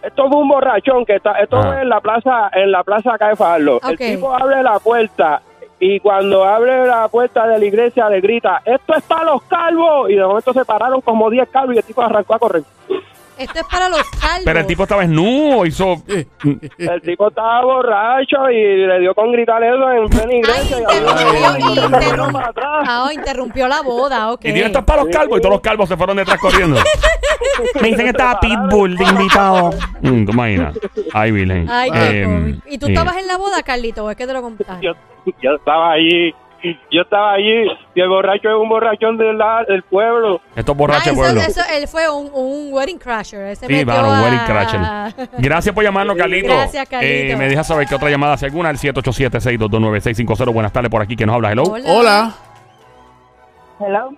[SPEAKER 5] Esto fue un borrachón que está, esto
[SPEAKER 1] Ah.
[SPEAKER 5] fue en la plaza, en la plaza acá de Fajardo.
[SPEAKER 3] Ok.
[SPEAKER 5] El tipo abre la puerta y cuando abre la puerta de la iglesia le grita, esto es para los calvos. Y de momento se pararon como 10 calvos y el tipo arrancó a correr.
[SPEAKER 3] Esto es para los
[SPEAKER 1] [laughs]
[SPEAKER 3] salvos.
[SPEAKER 1] Pero el tipo estaba desnudo, o hizo.
[SPEAKER 4] Eh,
[SPEAKER 5] El tipo estaba borracho y le dio con gritar eso en plena iglesia.
[SPEAKER 3] Ay,
[SPEAKER 5] y habló de
[SPEAKER 3] interrumpió,
[SPEAKER 5] eso y se
[SPEAKER 3] interrumpió.
[SPEAKER 5] fueron para atrás.
[SPEAKER 3] Ah, oh, interrumpió la boda, ok.
[SPEAKER 1] Y dio estos palos calvos y todos los calvos se fueron detrás
[SPEAKER 3] [laughs]
[SPEAKER 1] corriendo.
[SPEAKER 2] Me dicen que estaba Pitbull de
[SPEAKER 6] [laughs]
[SPEAKER 2] invitado.
[SPEAKER 1] Mm, ¿Tú imaginas? Ay, Virgen.
[SPEAKER 3] Ay, qué
[SPEAKER 1] Em,
[SPEAKER 3] cómico. ¿Y tú
[SPEAKER 1] eh,
[SPEAKER 3] estabas en la boda, Carlito? o Es que te lo contaron.
[SPEAKER 5] Yo, yo estaba allí, yo estaba allí y el borracho es un borrachón del, la- del pueblo.
[SPEAKER 1] Estos
[SPEAKER 3] Ah,
[SPEAKER 1] borrachos de
[SPEAKER 3] eso,
[SPEAKER 1] pueblo.
[SPEAKER 3] eso, él fue un, un wedding crasher. Él se
[SPEAKER 1] Sí,
[SPEAKER 3] metió
[SPEAKER 1] mano,
[SPEAKER 3] a-
[SPEAKER 1] wedding crasher.
[SPEAKER 3] [laughs]
[SPEAKER 1] Gracias por llamarnos, Carlito.
[SPEAKER 3] Gracias, Carlito.
[SPEAKER 1] Eh, me deja saber que otra llamada, si alguna, el 787-622-9650. Buenas tardes por aquí, que nos habla. Hello. Hola,
[SPEAKER 3] Hola.
[SPEAKER 4] Oh, Hola.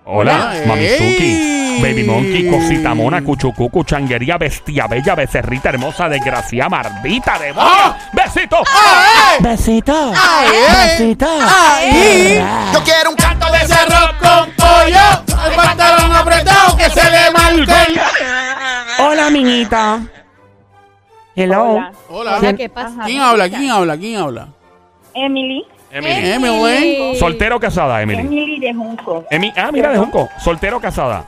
[SPEAKER 4] Hola.
[SPEAKER 1] Mamizuki.
[SPEAKER 4] Ey.
[SPEAKER 1] Baby Monkey, Cosita Mona, Cuchucucu, Changuería, Bestia Bella, Becerrita Hermosa, Desgracia, Mardita, de ¡Besitos!
[SPEAKER 2] Besito.
[SPEAKER 4] ¡Ay, ay!
[SPEAKER 2] Besito.
[SPEAKER 4] ¡Ay!
[SPEAKER 6] Yo quiero un canto de
[SPEAKER 4] ¡Ese arroz con pollo! ¡El pantalón apretado que se le marca el...
[SPEAKER 2] Hola, amiguita. Hello.
[SPEAKER 7] Hola.
[SPEAKER 4] Hola.
[SPEAKER 3] Hola, ¿qué pasa?
[SPEAKER 4] ¿Quién habla? ¿Quién habla? ¿Quién habla?
[SPEAKER 7] Emily,
[SPEAKER 1] Emily.
[SPEAKER 4] Emily.
[SPEAKER 1] ¿Soltero o casada, Emily?
[SPEAKER 7] Emily de Junco,
[SPEAKER 1] Emi- ah, mira, de Junco. ¿Soltero o casada?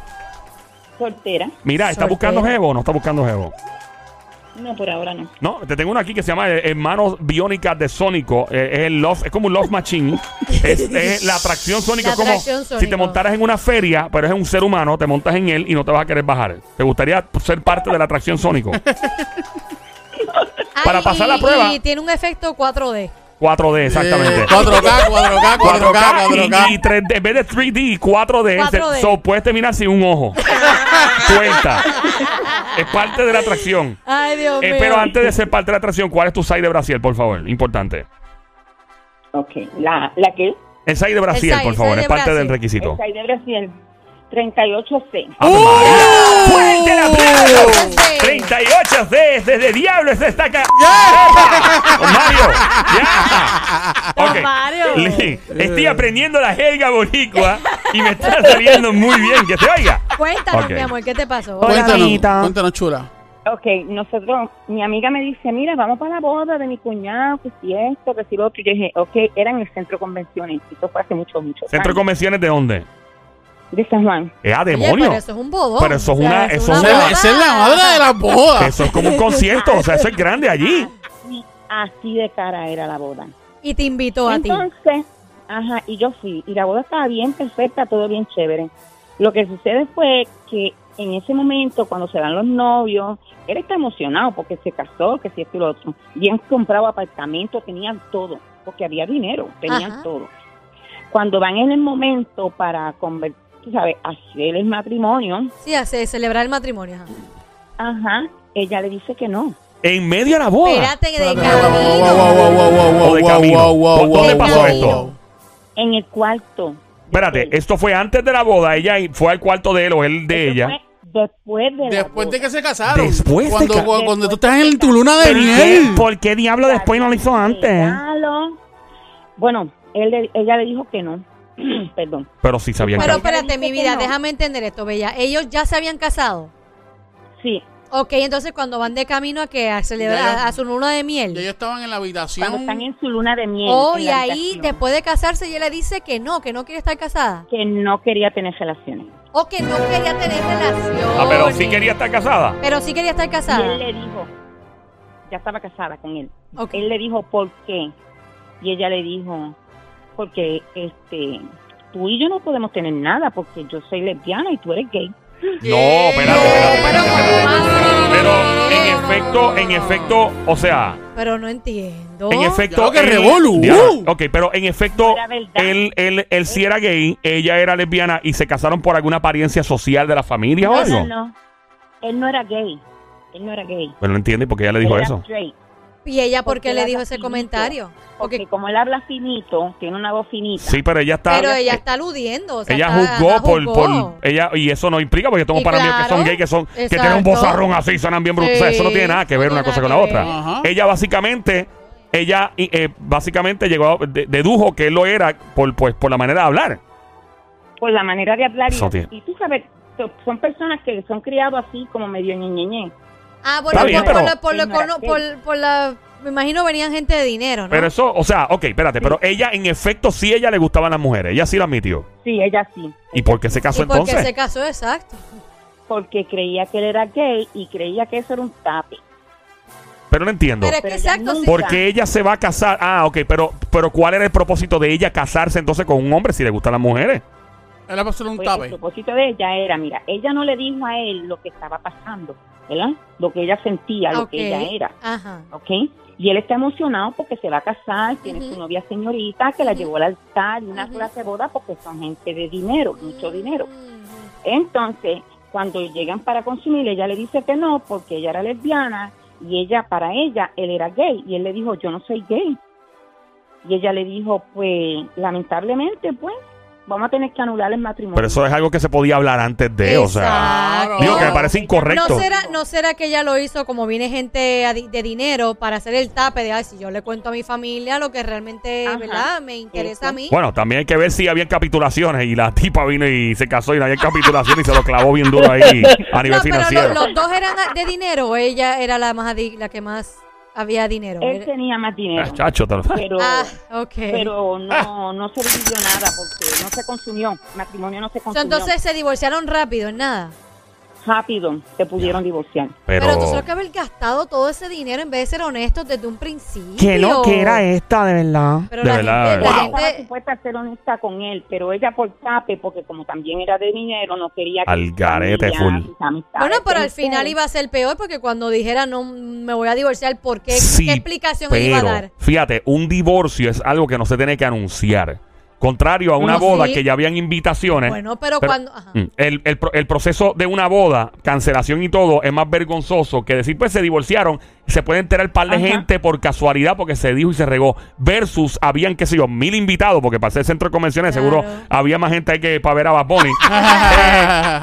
[SPEAKER 7] soltera.
[SPEAKER 1] Mira, ¿está
[SPEAKER 2] Soltero.
[SPEAKER 1] buscando jevo o no está buscando jevo?
[SPEAKER 7] No, por ahora no.
[SPEAKER 1] No, te tengo uno aquí que se llama eh, Hermanos Biónicas de Sónico. Eh, es, el love, es como un Love
[SPEAKER 3] [laughs]
[SPEAKER 1] Machine. es, es la atracción Sónico.
[SPEAKER 3] La
[SPEAKER 1] es como
[SPEAKER 3] atracción
[SPEAKER 1] si te
[SPEAKER 3] Sónico.
[SPEAKER 1] montaras en una feria, pero es un ser humano, te montas en él y no te vas a querer bajar. ¿Te gustaría ser parte de la atracción
[SPEAKER 3] [laughs]
[SPEAKER 1] Sónico?
[SPEAKER 3] Ay,
[SPEAKER 1] Para pasar la
[SPEAKER 3] y-
[SPEAKER 1] prueba.
[SPEAKER 3] Y tiene un efecto 4D.
[SPEAKER 1] 4D, exactamente.
[SPEAKER 4] Eh, 4K, 4K, 4K,
[SPEAKER 1] 4K
[SPEAKER 4] 4K.
[SPEAKER 1] y, y 3D, en vez de 3D, 4D, se-
[SPEAKER 3] 4D.
[SPEAKER 1] so, puedes terminar sin un
[SPEAKER 3] [laughs]
[SPEAKER 1] ojo. Cuenta. Es parte de la atracción.
[SPEAKER 3] Ay, Dios
[SPEAKER 1] Eh,
[SPEAKER 3] mío.
[SPEAKER 1] pero antes de ser parte de la atracción, ¿cuál es tu side de Brasil, por favor? Importante.
[SPEAKER 7] Ok, la, la que es
[SPEAKER 1] El side de Brasil,
[SPEAKER 3] El side,
[SPEAKER 1] por
[SPEAKER 3] el
[SPEAKER 1] favor,
[SPEAKER 3] side
[SPEAKER 1] es
[SPEAKER 3] de
[SPEAKER 1] parte del
[SPEAKER 3] Brasil.
[SPEAKER 1] requisito.
[SPEAKER 7] está ahí de Brasil, 38C.
[SPEAKER 1] ¡Ave
[SPEAKER 4] ¡Oh!
[SPEAKER 1] María! ¡Fuerte el aplauso!
[SPEAKER 3] Sí.
[SPEAKER 1] 38 C desde Diablo se está acá. Con Mario. Ya.
[SPEAKER 3] Don
[SPEAKER 1] Ok.
[SPEAKER 3] Mario.
[SPEAKER 1] Li- Estoy aprendiendo la jerga boricua y me está saliendo muy bien. Que te oiga.
[SPEAKER 3] Cuéntanos,
[SPEAKER 1] Ok.
[SPEAKER 3] mi amor, ¿qué te pasó?
[SPEAKER 2] Hola,
[SPEAKER 4] Cuéntanos,
[SPEAKER 2] amiguita.
[SPEAKER 4] cuéntanos, chula.
[SPEAKER 7] Ok, nosotros, mi amiga me dice, mira, vamos para la boda de mi cuñado, que si esto, que si lo otro. Y yo dije, ok, era en el centro de convenciones. Esto fue hace mucho, mucho
[SPEAKER 1] ¿Centro de
[SPEAKER 7] años.
[SPEAKER 1] convenciones de dónde?
[SPEAKER 7] De San Juan.
[SPEAKER 1] ¡Eh, a
[SPEAKER 3] Oye,
[SPEAKER 1] demonio!
[SPEAKER 3] pero eso es un bodón.
[SPEAKER 1] Pero eso es
[SPEAKER 3] O sea,
[SPEAKER 1] una- eso es
[SPEAKER 4] Esa es la- esa es la madre de las bodas.
[SPEAKER 1] Eso es como un concierto, o sea, eso es grande allí.
[SPEAKER 7] Así, así de cara era la boda.
[SPEAKER 3] Y te invitó a ti.
[SPEAKER 7] Entonces, ajá, y yo fui. Y la boda estaba bien perfecta, todo bien chévere. Lo que sucede fue que en ese momento, cuando se dan los novios, él está emocionado porque se casó, que si esto y lo otro. Bien comprado apartamento, tenían todo, porque había dinero, tenían
[SPEAKER 3] Ajá.
[SPEAKER 7] todo. Cuando van en el momento para convertir, ¿sabes? Hacer el matrimonio,
[SPEAKER 3] Sí, hace celebrar el matrimonio. ajá.
[SPEAKER 7] ajá, ella le dice que no.
[SPEAKER 1] En medio de la boda.
[SPEAKER 3] Espérate que
[SPEAKER 4] Wow,
[SPEAKER 3] de
[SPEAKER 4] wow,
[SPEAKER 3] camino.
[SPEAKER 4] wow, wow, wow, wow,
[SPEAKER 1] O de
[SPEAKER 4] wow,
[SPEAKER 1] camino.
[SPEAKER 4] wow, wow,
[SPEAKER 1] ¿Dó- ¿Dónde
[SPEAKER 4] wow,
[SPEAKER 1] pasó
[SPEAKER 4] wow,
[SPEAKER 1] esto?
[SPEAKER 4] wow.
[SPEAKER 7] En el cuarto.
[SPEAKER 1] Espérate, esto fue antes de la boda. Ella fue al cuarto de él o él de ella.
[SPEAKER 7] Después de la
[SPEAKER 4] Después
[SPEAKER 7] boda.
[SPEAKER 4] de que se casaron.
[SPEAKER 1] Después de
[SPEAKER 4] cuando,
[SPEAKER 1] ca-
[SPEAKER 4] cuando, cuando tú estás en tu luna de
[SPEAKER 2] ¿Por qué,
[SPEAKER 4] miel.
[SPEAKER 2] por qué diablo después no lo hizo antes?
[SPEAKER 7] Regalo. Bueno, él le- ella le dijo que no. [clears throat] Perdón.
[SPEAKER 1] Pero sí sabían
[SPEAKER 3] Pero
[SPEAKER 1] que.
[SPEAKER 3] espérate, mi vida,
[SPEAKER 7] No.
[SPEAKER 3] déjame entender esto, Bella. Ellos ya se habían casado.
[SPEAKER 7] Sí,
[SPEAKER 3] Ok, entonces cuando van de camino a que a celebrar
[SPEAKER 4] Ya, ya.
[SPEAKER 3] a su luna de miel.
[SPEAKER 4] Ya ellos estaban en la
[SPEAKER 7] cuando
[SPEAKER 4] habitación.
[SPEAKER 7] están en su luna de miel.
[SPEAKER 3] Oh,
[SPEAKER 7] en
[SPEAKER 3] y
[SPEAKER 7] la
[SPEAKER 3] ahí
[SPEAKER 7] habitación,
[SPEAKER 3] después de casarse ella le dice que no, que no quiere estar casada.
[SPEAKER 7] Que no quería tener relaciones.
[SPEAKER 3] O que no quería tener relación.
[SPEAKER 1] Ah, pero sí quería estar casada.
[SPEAKER 3] Pero sí quería estar
[SPEAKER 7] Y él
[SPEAKER 3] casada.
[SPEAKER 7] le dijo, ya estaba casada con él.
[SPEAKER 3] Ok.
[SPEAKER 7] Él le dijo, ¿por qué? Y ella le dijo, porque este, tú y yo no podemos tener nada porque yo soy lesbiana y tú eres gay.
[SPEAKER 1] No, espérate, espérate, espérate.
[SPEAKER 4] Ah,
[SPEAKER 1] espérate. Pero en
[SPEAKER 3] Pero,
[SPEAKER 1] efecto, en efecto, o sea,
[SPEAKER 3] pero no entiendo.
[SPEAKER 1] en efecto.
[SPEAKER 4] Ya, que
[SPEAKER 1] él-
[SPEAKER 4] revolú.
[SPEAKER 1] Ya,
[SPEAKER 4] Uh.
[SPEAKER 1] Ok, pero en efecto,
[SPEAKER 7] La verdad.
[SPEAKER 1] él, él, él sí era gay, ella era lesbiana y se casaron por alguna apariencia social de la familia o
[SPEAKER 7] No,
[SPEAKER 1] algo.
[SPEAKER 7] no, no. Él no era gay. Él no era gay.
[SPEAKER 1] Pero no entiende por qué ella le dijo
[SPEAKER 7] Él era
[SPEAKER 1] eso.
[SPEAKER 7] straight.
[SPEAKER 3] ¿Y ella por qué
[SPEAKER 7] Porque
[SPEAKER 3] le
[SPEAKER 7] la
[SPEAKER 3] dijo ese
[SPEAKER 7] rapidito.
[SPEAKER 3] comentario?
[SPEAKER 7] Porque
[SPEAKER 3] Porque,
[SPEAKER 7] como él habla finito, tiene una voz finita.
[SPEAKER 1] Sí, pero ella está. eh,
[SPEAKER 3] pero ella está aludiendo. o sea,
[SPEAKER 1] ella
[SPEAKER 3] está-
[SPEAKER 1] juzgó,
[SPEAKER 3] ajá,
[SPEAKER 1] por,
[SPEAKER 3] juzgó.
[SPEAKER 1] por ella y eso no implica porque yo tengo
[SPEAKER 3] Y
[SPEAKER 1] para mí que
[SPEAKER 3] claro,
[SPEAKER 1] son gay que son que tienen un
[SPEAKER 3] exacto.
[SPEAKER 1] bozarrón así sonan bien brutales o sea, eso no
[SPEAKER 3] Sí,
[SPEAKER 1] tiene nada que
[SPEAKER 3] no
[SPEAKER 1] ver
[SPEAKER 3] tiene
[SPEAKER 1] una cosa
[SPEAKER 3] nada
[SPEAKER 1] con la
[SPEAKER 3] que
[SPEAKER 1] otra
[SPEAKER 3] ver.
[SPEAKER 4] Ajá.
[SPEAKER 1] ella básicamente ella y, eh, básicamente llegó a- de- dedujo que él lo era por pues por la manera de hablar
[SPEAKER 7] por la manera de hablar. y-
[SPEAKER 1] Eso tiene.
[SPEAKER 7] Y, tú sabes, so- son personas que son criados así como medio ñeñeñe.
[SPEAKER 3] Ah, bueno,
[SPEAKER 1] bien,
[SPEAKER 3] por, por
[SPEAKER 1] pero-
[SPEAKER 3] la- por, la-
[SPEAKER 7] Señora,
[SPEAKER 3] por-
[SPEAKER 7] ¿qué?
[SPEAKER 3] por- por la... Me imagino venían gente de dinero, ¿no?
[SPEAKER 1] pero eso o sea ok espérate pero ella en efecto sí ella le gustaban las mujeres ella sí lo admitió
[SPEAKER 7] Sí, ella sí.
[SPEAKER 1] y por qué se casó
[SPEAKER 3] y porque
[SPEAKER 1] entonces
[SPEAKER 3] se casó, exacto.
[SPEAKER 7] Porque creía que él era gay y creía que eso era un tape.
[SPEAKER 1] pero no entiendo
[SPEAKER 3] Pero es que
[SPEAKER 7] Pero ella
[SPEAKER 3] exacto, sí.
[SPEAKER 7] nunca-
[SPEAKER 1] porque ella se va a casar ah ok pero pero cuál era el propósito de ella casarse entonces con un hombre si le gustan las mujeres
[SPEAKER 4] Él le pasó un
[SPEAKER 7] Pues el
[SPEAKER 4] tape.
[SPEAKER 7] propósito de ella era, mira, ella no le dijo a él lo que estaba pasando, ¿verdad? Lo que ella sentía, lo que
[SPEAKER 3] Ok.
[SPEAKER 7] ella era,
[SPEAKER 3] Ajá.
[SPEAKER 7] ¿ok? Y él está emocionado porque se va a casar, tiene
[SPEAKER 3] Ujú.
[SPEAKER 7] su novia señorita que la
[SPEAKER 3] Ujú.
[SPEAKER 7] llevó al altar y una
[SPEAKER 3] Ujú.
[SPEAKER 7] clase de boda porque son gente de dinero, mucho dinero.
[SPEAKER 3] Mm.
[SPEAKER 7] Entonces, cuando llegan para consumir, ella le dice que no, porque ella era lesbiana y ella, para ella, él era gay. Y él le dijo, yo no soy gay. Y ella le dijo, pues, lamentablemente, pues, vamos a tener que anular el matrimonio.
[SPEAKER 1] pero eso es algo que se podía hablar antes de o sea
[SPEAKER 3] Exacto.
[SPEAKER 1] digo que me parece incorrecto
[SPEAKER 3] ¿No será, ¿No será que ella lo hizo como viene gente adi- de dinero para hacer el tape de, ay, si yo le cuento a mi familia lo que realmente,
[SPEAKER 7] Ajá.
[SPEAKER 3] ¿verdad? Me interesa a mí.
[SPEAKER 1] Bueno, también hay que ver si habían capitulaciones y la tipa vino y se casó y no había capitulaciones y se lo clavó bien duro ahí a nivel
[SPEAKER 3] [laughs] No, pero
[SPEAKER 1] financiero.
[SPEAKER 3] lo- los dos eran a- de dinero o ella era la más adi- la que más había dinero.
[SPEAKER 7] Él
[SPEAKER 3] Era-
[SPEAKER 7] tenía más dinero,
[SPEAKER 1] Ah, chacho, te lo-
[SPEAKER 7] [laughs] pero,
[SPEAKER 3] Ah, ok. [laughs]
[SPEAKER 7] pero no, no se vivió nada porque no se consumió, el matrimonio no se
[SPEAKER 3] So,
[SPEAKER 7] consumió.
[SPEAKER 3] entonces se divorciaron rápido, en nada.
[SPEAKER 7] Rápido se pudieron divorciar.
[SPEAKER 1] pero,
[SPEAKER 3] Pero, tú solo que haber gastado todo ese dinero en vez de ser honestos desde un principio.
[SPEAKER 2] Qué lo que era esta, de verdad.
[SPEAKER 3] Pero
[SPEAKER 1] De
[SPEAKER 3] la
[SPEAKER 1] verdad, de verdad.
[SPEAKER 3] gente- la
[SPEAKER 7] Ella estaba
[SPEAKER 3] gente-
[SPEAKER 7] supuesta a ser honesta con él, pero ella por tape, porque como también era de dinero, no quería que
[SPEAKER 1] Al
[SPEAKER 7] sus
[SPEAKER 1] garete
[SPEAKER 7] amigas,
[SPEAKER 1] full.
[SPEAKER 7] sus amistades
[SPEAKER 3] Bueno, pero al
[SPEAKER 7] pensaran.
[SPEAKER 3] final iba a ser peor porque cuando dijera no me voy a divorciar, ¿por qué?
[SPEAKER 1] Sí,
[SPEAKER 3] ¿Qué explicación él iba a
[SPEAKER 1] pero, eh,
[SPEAKER 3] dar?
[SPEAKER 1] Fíjate, un divorcio es algo que no se tiene que anunciar. Contrario a una
[SPEAKER 3] No,
[SPEAKER 1] boda
[SPEAKER 3] sí.
[SPEAKER 1] que ya habían invitaciones.
[SPEAKER 3] Bueno, pero,
[SPEAKER 1] Pero-
[SPEAKER 3] cuando. ajá.
[SPEAKER 1] Mm, El, el pro- el proceso de una boda, cancelación y todo, es más vergonzoso que decir, pues se divorciaron, se puede enterar par de
[SPEAKER 7] Ajá.
[SPEAKER 1] gente por casualidad porque se dijo y se regó, versus habían, qué sé yo, mil invitados, porque para hacer centro de convenciones
[SPEAKER 3] Claro.
[SPEAKER 1] seguro había más gente ahí que para ver a Bad
[SPEAKER 3] [laughs]
[SPEAKER 1] Bunny. Y,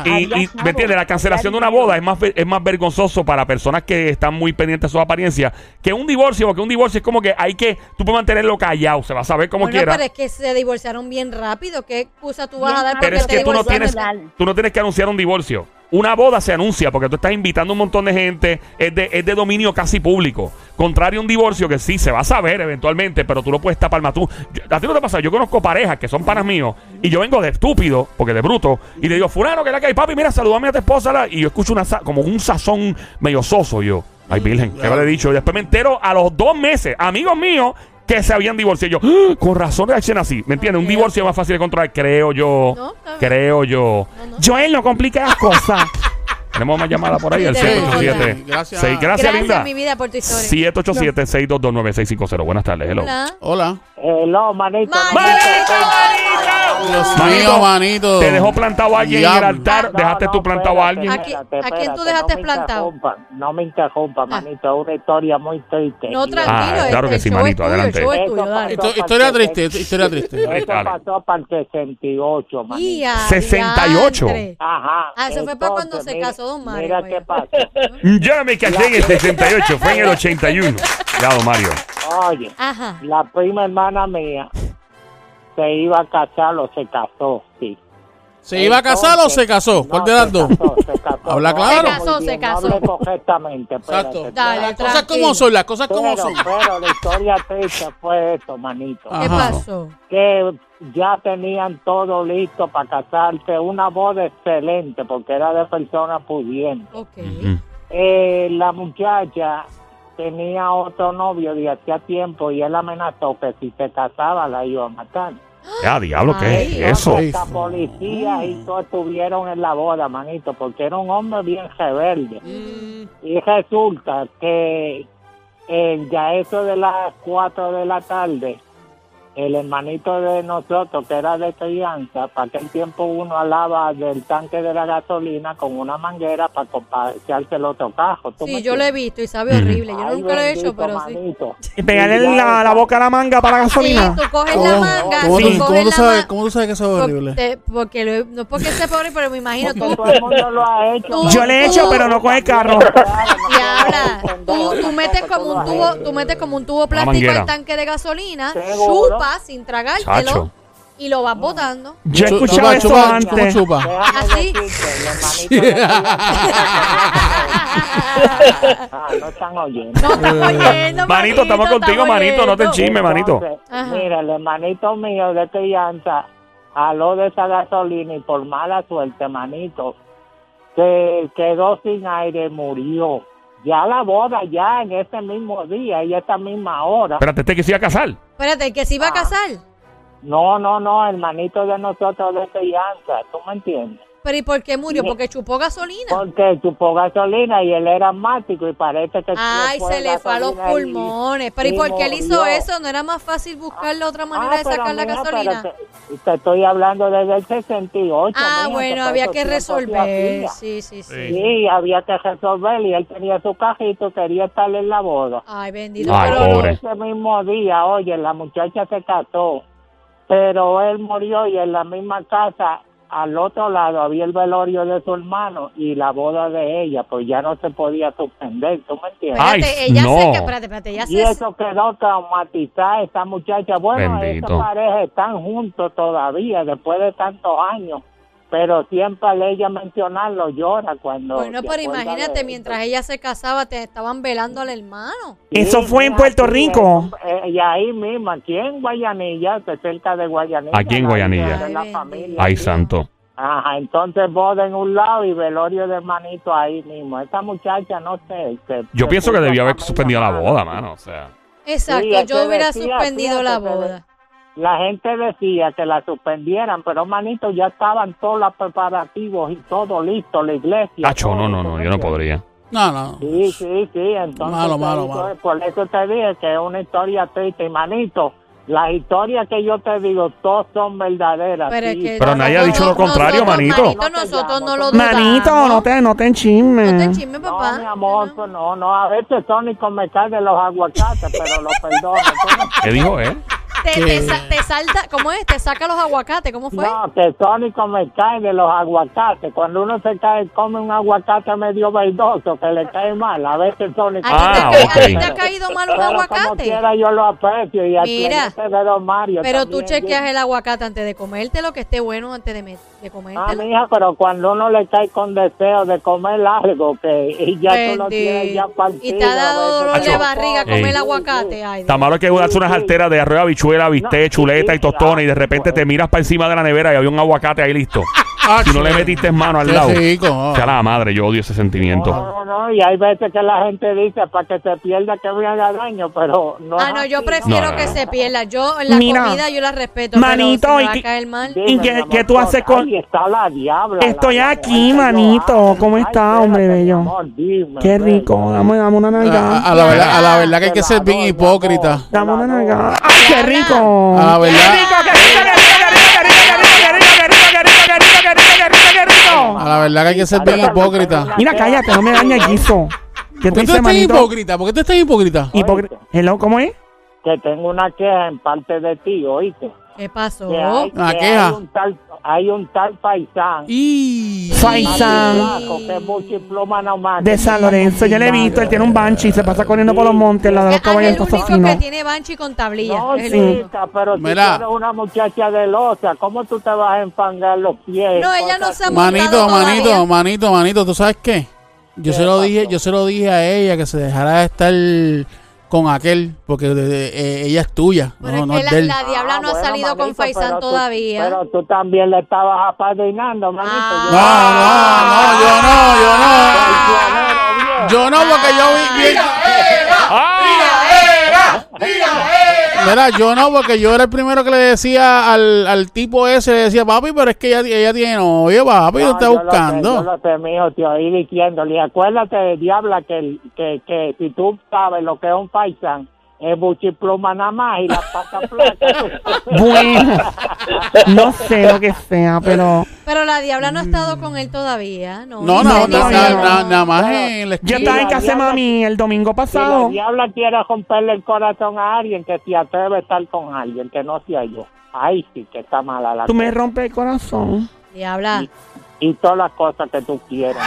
[SPEAKER 7] Había
[SPEAKER 1] y,
[SPEAKER 7] chavo,
[SPEAKER 1] ¿me entiendes? La cancelación de una
[SPEAKER 7] había
[SPEAKER 1] boda es más, ver- es más vergonzoso para personas que están muy pendientes de sus apariencias que un divorcio, porque un divorcio es como que hay que, tú puedes mantenerlo callado, se va a saber como
[SPEAKER 3] bueno,
[SPEAKER 1] quiera.
[SPEAKER 3] pero es que se divorciaron bien rápido. ¿Qué excusa tú vas
[SPEAKER 7] Bien
[SPEAKER 3] a dar?
[SPEAKER 7] rápido.
[SPEAKER 1] Pero es
[SPEAKER 3] porque
[SPEAKER 1] que
[SPEAKER 3] te
[SPEAKER 1] tú no,
[SPEAKER 7] divorciaron
[SPEAKER 1] tienes,
[SPEAKER 3] divorciaste?
[SPEAKER 7] legal.
[SPEAKER 1] tú no tienes que anunciar un divorcio. una boda se anuncia porque tú estás invitando a un montón de gente, es de, es de dominio casi público. Contrario a un divorcio que sí se va a saber eventualmente, pero tú lo puedes tapar más. Tú, yo- a ti no te pasa, yo conozco parejas que son panas míos y yo vengo de estúpido, porque de bruto, y le digo, Fulano, que la que hay, papi, mira, saludame a tu esposa, la-". y yo escucho una, sa- como un sazón medio soso yo. Ay, Virgen, ¿qué habré dicho? Y después me entero a los dos meses, amigos míos que se habían divorciado. Y Yo, "Ah, con razón reacciona así. ¿Me entiendes? Un
[SPEAKER 3] Ok.
[SPEAKER 1] divorcio es más fácil de controlar, creo yo.
[SPEAKER 3] No, está bien.
[SPEAKER 1] creo yo.
[SPEAKER 3] No, no.
[SPEAKER 2] Joel, no complique las cosas.
[SPEAKER 3] [laughs]
[SPEAKER 1] Tenemos más llamadas por ahí, el
[SPEAKER 3] Sí,
[SPEAKER 1] 787.
[SPEAKER 4] sí, gracias.
[SPEAKER 1] Sí, gracias,
[SPEAKER 3] Gracias,
[SPEAKER 1] linda.
[SPEAKER 3] mi vida, por tu historia.
[SPEAKER 1] 787-622-9650. Buenas tardes, hello.
[SPEAKER 3] Hola.
[SPEAKER 4] [laughs] Hola.
[SPEAKER 6] Hello, manito.
[SPEAKER 3] Manito, manito.
[SPEAKER 4] Dios
[SPEAKER 1] Manito,
[SPEAKER 4] mío, manito.
[SPEAKER 1] Te dejó plantado alguien en el
[SPEAKER 4] Diablo.
[SPEAKER 1] altar,
[SPEAKER 6] No,
[SPEAKER 1] dejaste
[SPEAKER 6] no,
[SPEAKER 1] tú plantado a
[SPEAKER 6] espérate,
[SPEAKER 1] alguien.
[SPEAKER 3] Aquí-
[SPEAKER 6] espérate,
[SPEAKER 3] ¿a quién
[SPEAKER 6] espérate,
[SPEAKER 3] tú dejaste
[SPEAKER 6] no me
[SPEAKER 3] plantado? Ah.
[SPEAKER 6] interrumpa, No me interrumpa, manito. Es una historia muy triste.
[SPEAKER 3] No,
[SPEAKER 6] Y
[SPEAKER 3] tranquilo.
[SPEAKER 1] Ah,
[SPEAKER 3] el-
[SPEAKER 1] claro que
[SPEAKER 3] el
[SPEAKER 1] sí,
[SPEAKER 3] show es
[SPEAKER 1] manito,
[SPEAKER 3] tuyo, el
[SPEAKER 1] adelante.
[SPEAKER 3] show es
[SPEAKER 6] Eso
[SPEAKER 3] tuyo, dale.
[SPEAKER 6] pasó.
[SPEAKER 4] Histo- historia triste, histo- historia triste.
[SPEAKER 6] Eso
[SPEAKER 1] Dale.
[SPEAKER 6] pasó para el 68, manito.
[SPEAKER 3] Ia,
[SPEAKER 1] 68.
[SPEAKER 3] diantre.
[SPEAKER 6] Ajá.
[SPEAKER 3] Ah, eso fue para cuando se
[SPEAKER 6] mira-
[SPEAKER 3] casó don Mario, pues.
[SPEAKER 6] Mira
[SPEAKER 3] oiga.
[SPEAKER 6] qué pasó.
[SPEAKER 1] Yo no me casé en el 68, fue en el 81. Ya, don Mario.
[SPEAKER 6] Oye,
[SPEAKER 3] Ajá.
[SPEAKER 6] la prima hermana mía se iba a casar o se casó, sí.
[SPEAKER 4] ¿Se iba a casar o
[SPEAKER 6] Entonces,
[SPEAKER 4] se casó?
[SPEAKER 6] no,
[SPEAKER 4] ¿Cuál de las
[SPEAKER 6] se
[SPEAKER 4] dos?
[SPEAKER 6] casó, se casó.
[SPEAKER 4] [laughs] Habla
[SPEAKER 6] No,
[SPEAKER 4] claro.
[SPEAKER 3] Se
[SPEAKER 6] muy
[SPEAKER 3] casó,
[SPEAKER 6] bien,
[SPEAKER 3] se casó.
[SPEAKER 6] no hablé correctamente. espérate,
[SPEAKER 4] Exacto.
[SPEAKER 3] Dale,
[SPEAKER 6] espérate.
[SPEAKER 4] Las cosas
[SPEAKER 3] tranquilo.
[SPEAKER 4] como son, las cosas como
[SPEAKER 6] Pero,
[SPEAKER 4] son.
[SPEAKER 6] pero la historia triste fue esto, manito.
[SPEAKER 4] Ah.
[SPEAKER 3] ¿Qué
[SPEAKER 4] Ajá.
[SPEAKER 3] pasó?
[SPEAKER 6] Que ya tenían todo listo para casarse. Una boda excelente porque era de personas pudientes.
[SPEAKER 3] Ok.
[SPEAKER 1] Ujú.
[SPEAKER 6] Eh, la muchacha tenía otro novio de hacía tiempo y él amenazó que si se casaba la iba a matar.
[SPEAKER 1] Ya, diablo, ¿qué
[SPEAKER 3] Ay,
[SPEAKER 1] es eso?
[SPEAKER 4] Ay,
[SPEAKER 6] La policía y todos estuvieron en la boda, manito, porque era un hombre bien rebelde. Y resulta que eh, ya eso de las 4 de la tarde, el hermanito de nosotros, que era de crianza, para aquel tiempo uno alaba del tanque de la gasolina con una manguera para compartirse el otro cajo. ¿tú me
[SPEAKER 3] Sí, yo lo he
[SPEAKER 6] entiendes?
[SPEAKER 3] visto y sabe horrible. Yo
[SPEAKER 6] Ay,
[SPEAKER 3] nunca lo he hecho,
[SPEAKER 6] bendito,
[SPEAKER 3] pero sí.
[SPEAKER 6] manito.
[SPEAKER 2] Y pegarle la, la boca a la manga para la
[SPEAKER 3] Sí,
[SPEAKER 2] gasolina.
[SPEAKER 3] tú coges la
[SPEAKER 4] ¿Cómo,
[SPEAKER 3] manga.
[SPEAKER 4] cómo
[SPEAKER 3] sí,
[SPEAKER 4] tú, cómo
[SPEAKER 3] coges
[SPEAKER 4] tú
[SPEAKER 3] la
[SPEAKER 4] sabes,
[SPEAKER 3] ma-
[SPEAKER 4] cómo tú sabes que eso es horrible?
[SPEAKER 3] Porque, porque lo he- no es porque sea pobre, pero me imagino tú.
[SPEAKER 6] Todo el mundo lo ha hecho.
[SPEAKER 3] Tú-
[SPEAKER 2] Yo le he hecho, pero no con el carro.
[SPEAKER 3] Diabla, tú, tú metes como un tubo, tú metes como un tubo plástico
[SPEAKER 1] manguera.
[SPEAKER 3] al tanque de gasolina,
[SPEAKER 6] Seguro.
[SPEAKER 3] chupas sin tragártelo
[SPEAKER 1] Chacho.
[SPEAKER 3] y lo vas
[SPEAKER 6] [laughs]
[SPEAKER 3] botando.
[SPEAKER 2] Yo he
[SPEAKER 4] Chu-
[SPEAKER 2] escuchado
[SPEAKER 4] chupa,
[SPEAKER 2] eso
[SPEAKER 4] chupa,
[SPEAKER 2] antes.
[SPEAKER 4] chupa, chupa.
[SPEAKER 3] Así.
[SPEAKER 2] [laughs]
[SPEAKER 6] Ah, no están oyendo.
[SPEAKER 3] No estamos yendo,
[SPEAKER 1] Manito, estamos contigo, manito, no te enchines. Dime, manito.
[SPEAKER 6] Entonces,
[SPEAKER 3] Ajá.
[SPEAKER 6] Mira, el hermanito mío de crianza jaló de esa gasolina y por mala suerte, manito, se quedó sin aire, murió. Ya la boda, ya en ese mismo día y esta misma hora.
[SPEAKER 1] Espérate, este te quisiera casar.
[SPEAKER 3] Espérate, que
[SPEAKER 6] Ah.
[SPEAKER 3] si va a casar.
[SPEAKER 6] No, no, no, hermanito de nosotros de crianza, ¿tú me entiendes?
[SPEAKER 3] Pero ¿y por qué murió? Porque chupó gasolina.
[SPEAKER 6] Porque chupó gasolina y él era asmático y parece que...
[SPEAKER 3] Ay,
[SPEAKER 6] chupó
[SPEAKER 3] se le fue a los
[SPEAKER 6] gasolina y-
[SPEAKER 3] pulmones. Pero ¿y por qué él hizo
[SPEAKER 6] murió.
[SPEAKER 3] eso? ¿No era más fácil buscarle otra manera
[SPEAKER 6] Ah,
[SPEAKER 3] de
[SPEAKER 6] pero
[SPEAKER 3] sacar la
[SPEAKER 6] mija, pero
[SPEAKER 3] gasolina?
[SPEAKER 6] Te, te estoy hablando desde el 68.
[SPEAKER 3] Ah,
[SPEAKER 6] mija,
[SPEAKER 3] bueno,
[SPEAKER 6] por
[SPEAKER 3] había
[SPEAKER 6] esos
[SPEAKER 3] que
[SPEAKER 6] tiempos se
[SPEAKER 3] resolver.
[SPEAKER 6] hacía.
[SPEAKER 3] Sí, sí, sí.
[SPEAKER 6] Sí, había que resolver y él tenía su cajito, quería estar en la boda.
[SPEAKER 3] Ay, bendito.
[SPEAKER 1] Ay,
[SPEAKER 3] pero
[SPEAKER 1] pobre.
[SPEAKER 6] Ese mismo día, oye, la muchacha se casó, pero él murió y en la misma casa, al otro lado, había el velorio de su hermano y la boda de ella, pues ya no se podía suspender, ¿tú me entiendes?
[SPEAKER 1] Ay,
[SPEAKER 3] Espérate, ella
[SPEAKER 1] no.
[SPEAKER 3] se que, espérate, espérate, ella
[SPEAKER 6] Y
[SPEAKER 3] se
[SPEAKER 6] eso quedó traumatizada esa muchacha. Bueno,
[SPEAKER 1] Bendito.
[SPEAKER 6] esas parejas están juntos todavía después de tantos años, pero siempre al ella mencionarlo llora cuando...
[SPEAKER 3] Bueno,
[SPEAKER 6] se
[SPEAKER 3] pero
[SPEAKER 6] acuerda
[SPEAKER 3] imagínate,
[SPEAKER 6] de
[SPEAKER 3] mientras
[SPEAKER 6] esto.
[SPEAKER 3] ella se casaba, te estaban velando al hermano.
[SPEAKER 2] Eso fue en
[SPEAKER 6] mija,
[SPEAKER 2] Puerto
[SPEAKER 6] sí,
[SPEAKER 2] Rico.
[SPEAKER 6] eso, eh, y ahí mismo, aquí en Guayanilla, que cerca de Guayanilla.
[SPEAKER 1] Aquí en
[SPEAKER 6] la
[SPEAKER 1] Guayanilla.
[SPEAKER 6] isla de la
[SPEAKER 3] Ay,
[SPEAKER 6] familia.
[SPEAKER 1] Ay, santo.
[SPEAKER 6] Ajá, entonces boda en un lado y velorio de hermanito ahí mismo. Esta muchacha, no sé. se-
[SPEAKER 1] Yo
[SPEAKER 6] se
[SPEAKER 1] pienso que
[SPEAKER 6] puso
[SPEAKER 1] debió haber
[SPEAKER 6] también
[SPEAKER 1] suspendido la
[SPEAKER 6] mano.
[SPEAKER 1] boda, mano. O sea,
[SPEAKER 3] Exacto,
[SPEAKER 6] Sí, es
[SPEAKER 3] yo
[SPEAKER 6] que
[SPEAKER 3] hubiera
[SPEAKER 6] decía,
[SPEAKER 3] suspendido
[SPEAKER 6] fíjate,
[SPEAKER 3] la
[SPEAKER 6] se ve-
[SPEAKER 3] boda.
[SPEAKER 6] La gente decía que la suspendieran, pero manito, ya estaban todos los preparativos y todo listo, la iglesia.
[SPEAKER 1] Tacho,
[SPEAKER 6] todo
[SPEAKER 1] no, no,
[SPEAKER 6] eso,
[SPEAKER 1] no, yo no
[SPEAKER 6] ¿me entiendes?
[SPEAKER 1] podría.
[SPEAKER 4] No, no.
[SPEAKER 6] Sí, sí, sí, entonces.
[SPEAKER 4] Malo, malo,
[SPEAKER 6] te digo,
[SPEAKER 4] malo.
[SPEAKER 6] Por eso te dije que es una historia triste, y manito. Las historias que yo te digo, todas son verdaderas.
[SPEAKER 3] Pero, es
[SPEAKER 6] sí.
[SPEAKER 3] que
[SPEAKER 1] Pero
[SPEAKER 3] nosotros-
[SPEAKER 1] nadie ha dicho lo contrario,
[SPEAKER 3] nosotros,
[SPEAKER 1] manito.
[SPEAKER 3] Nosotros no lo dudamos.
[SPEAKER 2] Manito, no te, no te enchismes.
[SPEAKER 1] Eh.
[SPEAKER 3] No te chisme,
[SPEAKER 6] No,
[SPEAKER 3] papá.
[SPEAKER 6] mi amor, pues no, no, a veces Sónico me cae de los aguacates, pero lo perdono. ¿tú me
[SPEAKER 1] ¿Qué dijo él?
[SPEAKER 3] Te, te, sa- te salta, ¿cómo es? Te saca los aguacates, ¿cómo fue?
[SPEAKER 6] No, que Sónico me cae de los aguacates. Cuando uno se cae, come un aguacate medio verdoso que le cae mal. A veces Sónico.
[SPEAKER 3] ¿A, ti
[SPEAKER 1] Ah,
[SPEAKER 3] te, ca- a ti
[SPEAKER 1] ok.
[SPEAKER 3] te ha caído mal un
[SPEAKER 6] Pero como
[SPEAKER 3] aguacate?
[SPEAKER 6] quiera, yo lo aprecio y al
[SPEAKER 3] Mira,
[SPEAKER 6] cliente de Don Mario.
[SPEAKER 3] Pero tú
[SPEAKER 6] también,
[SPEAKER 3] chequeas
[SPEAKER 6] yo-
[SPEAKER 3] el aguacate antes de comértelo, que esté bueno antes de meter. de comer.
[SPEAKER 6] Ah, mija, pero cuando uno le cae con deseo de comer algo, que y ya tú
[SPEAKER 3] Bendito.
[SPEAKER 6] lo tienes ya partido.
[SPEAKER 3] y te ha dado
[SPEAKER 6] ¿ves?
[SPEAKER 3] dolor de
[SPEAKER 1] Acho.
[SPEAKER 3] barriga comer
[SPEAKER 1] Ey.
[SPEAKER 3] aguacate. Ay, Dios.
[SPEAKER 1] Tan malo que darse unas
[SPEAKER 6] Sí, sí.
[SPEAKER 1] alteras de arroz, habichuela, bistec,
[SPEAKER 6] No,
[SPEAKER 1] chuleta y
[SPEAKER 6] sí, claro,
[SPEAKER 1] tostones y de repente
[SPEAKER 6] pues.
[SPEAKER 1] te miras para encima de la nevera y había un aguacate ahí listo. Si no le metiste mano al
[SPEAKER 4] Qué
[SPEAKER 1] lado.
[SPEAKER 4] rico.
[SPEAKER 1] Sea la madre, yo odio ese sentimiento.
[SPEAKER 6] No, no, no, y hay veces que la gente dice para que se pierda que me haga daño, pero no. es
[SPEAKER 3] Ah, no, yo
[SPEAKER 6] así,
[SPEAKER 3] prefiero
[SPEAKER 1] No, no,
[SPEAKER 3] que
[SPEAKER 1] no.
[SPEAKER 3] se pierda. Yo, en la
[SPEAKER 2] Mira,
[SPEAKER 3] comida, yo la respeto.
[SPEAKER 2] manito,
[SPEAKER 3] pero si me
[SPEAKER 2] y
[SPEAKER 3] va
[SPEAKER 2] que-
[SPEAKER 3] a caer mal.
[SPEAKER 6] Dime,
[SPEAKER 2] ¿Y qué-
[SPEAKER 6] mi amor,
[SPEAKER 2] qué tú haces con-
[SPEAKER 6] Ahí está la diabla.
[SPEAKER 2] Estoy
[SPEAKER 6] la-
[SPEAKER 2] aquí,
[SPEAKER 6] Ay,
[SPEAKER 2] manito.
[SPEAKER 6] ay,
[SPEAKER 2] ¿Cómo
[SPEAKER 6] ay,
[SPEAKER 2] está,
[SPEAKER 6] espérate,
[SPEAKER 2] hombre
[SPEAKER 6] mi
[SPEAKER 2] bello?
[SPEAKER 6] amor, dime,
[SPEAKER 2] Qué
[SPEAKER 6] bello.
[SPEAKER 2] rico. Dame, dame
[SPEAKER 3] Ah,
[SPEAKER 2] una nalgada.
[SPEAKER 4] Ah, A, a la verdad, a la verdad que hay que
[SPEAKER 6] Te
[SPEAKER 4] ser
[SPEAKER 6] la
[SPEAKER 4] bien
[SPEAKER 6] doy, mi
[SPEAKER 4] hipócrita.
[SPEAKER 6] amor, te
[SPEAKER 2] Dame
[SPEAKER 6] la
[SPEAKER 2] una
[SPEAKER 6] doy.
[SPEAKER 2] nalgada.
[SPEAKER 3] Ah,
[SPEAKER 2] ¡Ay, qué rico!
[SPEAKER 4] A la verdad. A la verdad que hay que ser bien hipócrita.
[SPEAKER 2] Mira, cállate, no me dañes el guiso. ¿Qué
[SPEAKER 4] ¿Por qué
[SPEAKER 2] te
[SPEAKER 4] tú
[SPEAKER 2] hice,
[SPEAKER 4] estás
[SPEAKER 2] manito?
[SPEAKER 4] hipócrita? ¿Por qué tú estás hipócrita?
[SPEAKER 2] Hipócrita. Hello, ¿cómo es?
[SPEAKER 6] Que tengo una queja en parte de ti, oíste.
[SPEAKER 3] ¿Qué pasó?
[SPEAKER 6] Que hay,
[SPEAKER 4] Oh, Una
[SPEAKER 6] que
[SPEAKER 4] queja.
[SPEAKER 6] Hay un tal, hay un tal paisán.
[SPEAKER 4] Y...
[SPEAKER 2] Faisán
[SPEAKER 6] Flaco, que es multiploma nomás.
[SPEAKER 2] de San Lorenzo. Yo le he visto, él tiene un banshee y se pasa corriendo por los montes, la de los
[SPEAKER 3] Ah, el
[SPEAKER 2] caballos
[SPEAKER 3] único
[SPEAKER 2] asesinos.
[SPEAKER 3] que tiene Banshee con tablilla.
[SPEAKER 6] No,
[SPEAKER 3] Es el único.
[SPEAKER 6] chica, pero si tú
[SPEAKER 4] Mira.
[SPEAKER 6] eres una muchacha de losa, ¿cómo tú te vas a enfangar los pies?
[SPEAKER 3] No, ella no se ha montado
[SPEAKER 4] Manito,
[SPEAKER 3] todavía.
[SPEAKER 4] manito, manito, manito, ¿tú sabes qué? Yo se lo dije, yo se lo dije a ella que se dejara de estar con aquel, porque de- de- eh, ella es tuya,
[SPEAKER 3] Pero
[SPEAKER 4] no,
[SPEAKER 3] es
[SPEAKER 4] no
[SPEAKER 3] que
[SPEAKER 4] es
[SPEAKER 3] la-
[SPEAKER 4] de él.
[SPEAKER 3] la diabla no ha salido con Faisán
[SPEAKER 6] Faisán
[SPEAKER 3] todavía.
[SPEAKER 6] Ah, Pero tú también le estabas apadrinando, manito.
[SPEAKER 4] No,
[SPEAKER 3] Ah.
[SPEAKER 4] no, no, yo no, yo no.
[SPEAKER 3] Ah.
[SPEAKER 6] Yo-
[SPEAKER 4] Yo no, porque yo vi bien. Mira, yo no, porque yo era el primero que le decía al, al tipo ese, le decía, papi, pero es que ella, ella tiene novio, papi,
[SPEAKER 6] No,
[SPEAKER 4] lo está
[SPEAKER 6] yo lo sé,
[SPEAKER 4] buscando.
[SPEAKER 6] Yo lo sé, mijo, te oí diciéndole. Y acuérdate, diabla, que, el- que, que si tú sabes lo que es un paisán, es buchipluma nada más y las patas flacas.
[SPEAKER 2] [laughs] Bueno,
[SPEAKER 3] [laughs]
[SPEAKER 2] no sé lo que sea, pero
[SPEAKER 3] Pero la diabla no ha estado con él todavía. No,
[SPEAKER 4] Mm. No,
[SPEAKER 3] Ni
[SPEAKER 4] no,
[SPEAKER 3] se
[SPEAKER 4] na-
[SPEAKER 3] dice
[SPEAKER 4] na-
[SPEAKER 3] nada.
[SPEAKER 4] na- nada más en la
[SPEAKER 2] yo
[SPEAKER 4] esquina.
[SPEAKER 2] estaba en casa de mami el domingo
[SPEAKER 6] Si la
[SPEAKER 2] pasado.
[SPEAKER 6] diabla quiere romperle el corazón a alguien, que se atreve a estar con alguien, que no sea yo. Ahí sí que está mala la
[SPEAKER 2] Tú me
[SPEAKER 6] cosa.
[SPEAKER 2] rompes el corazón.
[SPEAKER 3] Diabla.
[SPEAKER 6] Y todas las cosas que tú quieras.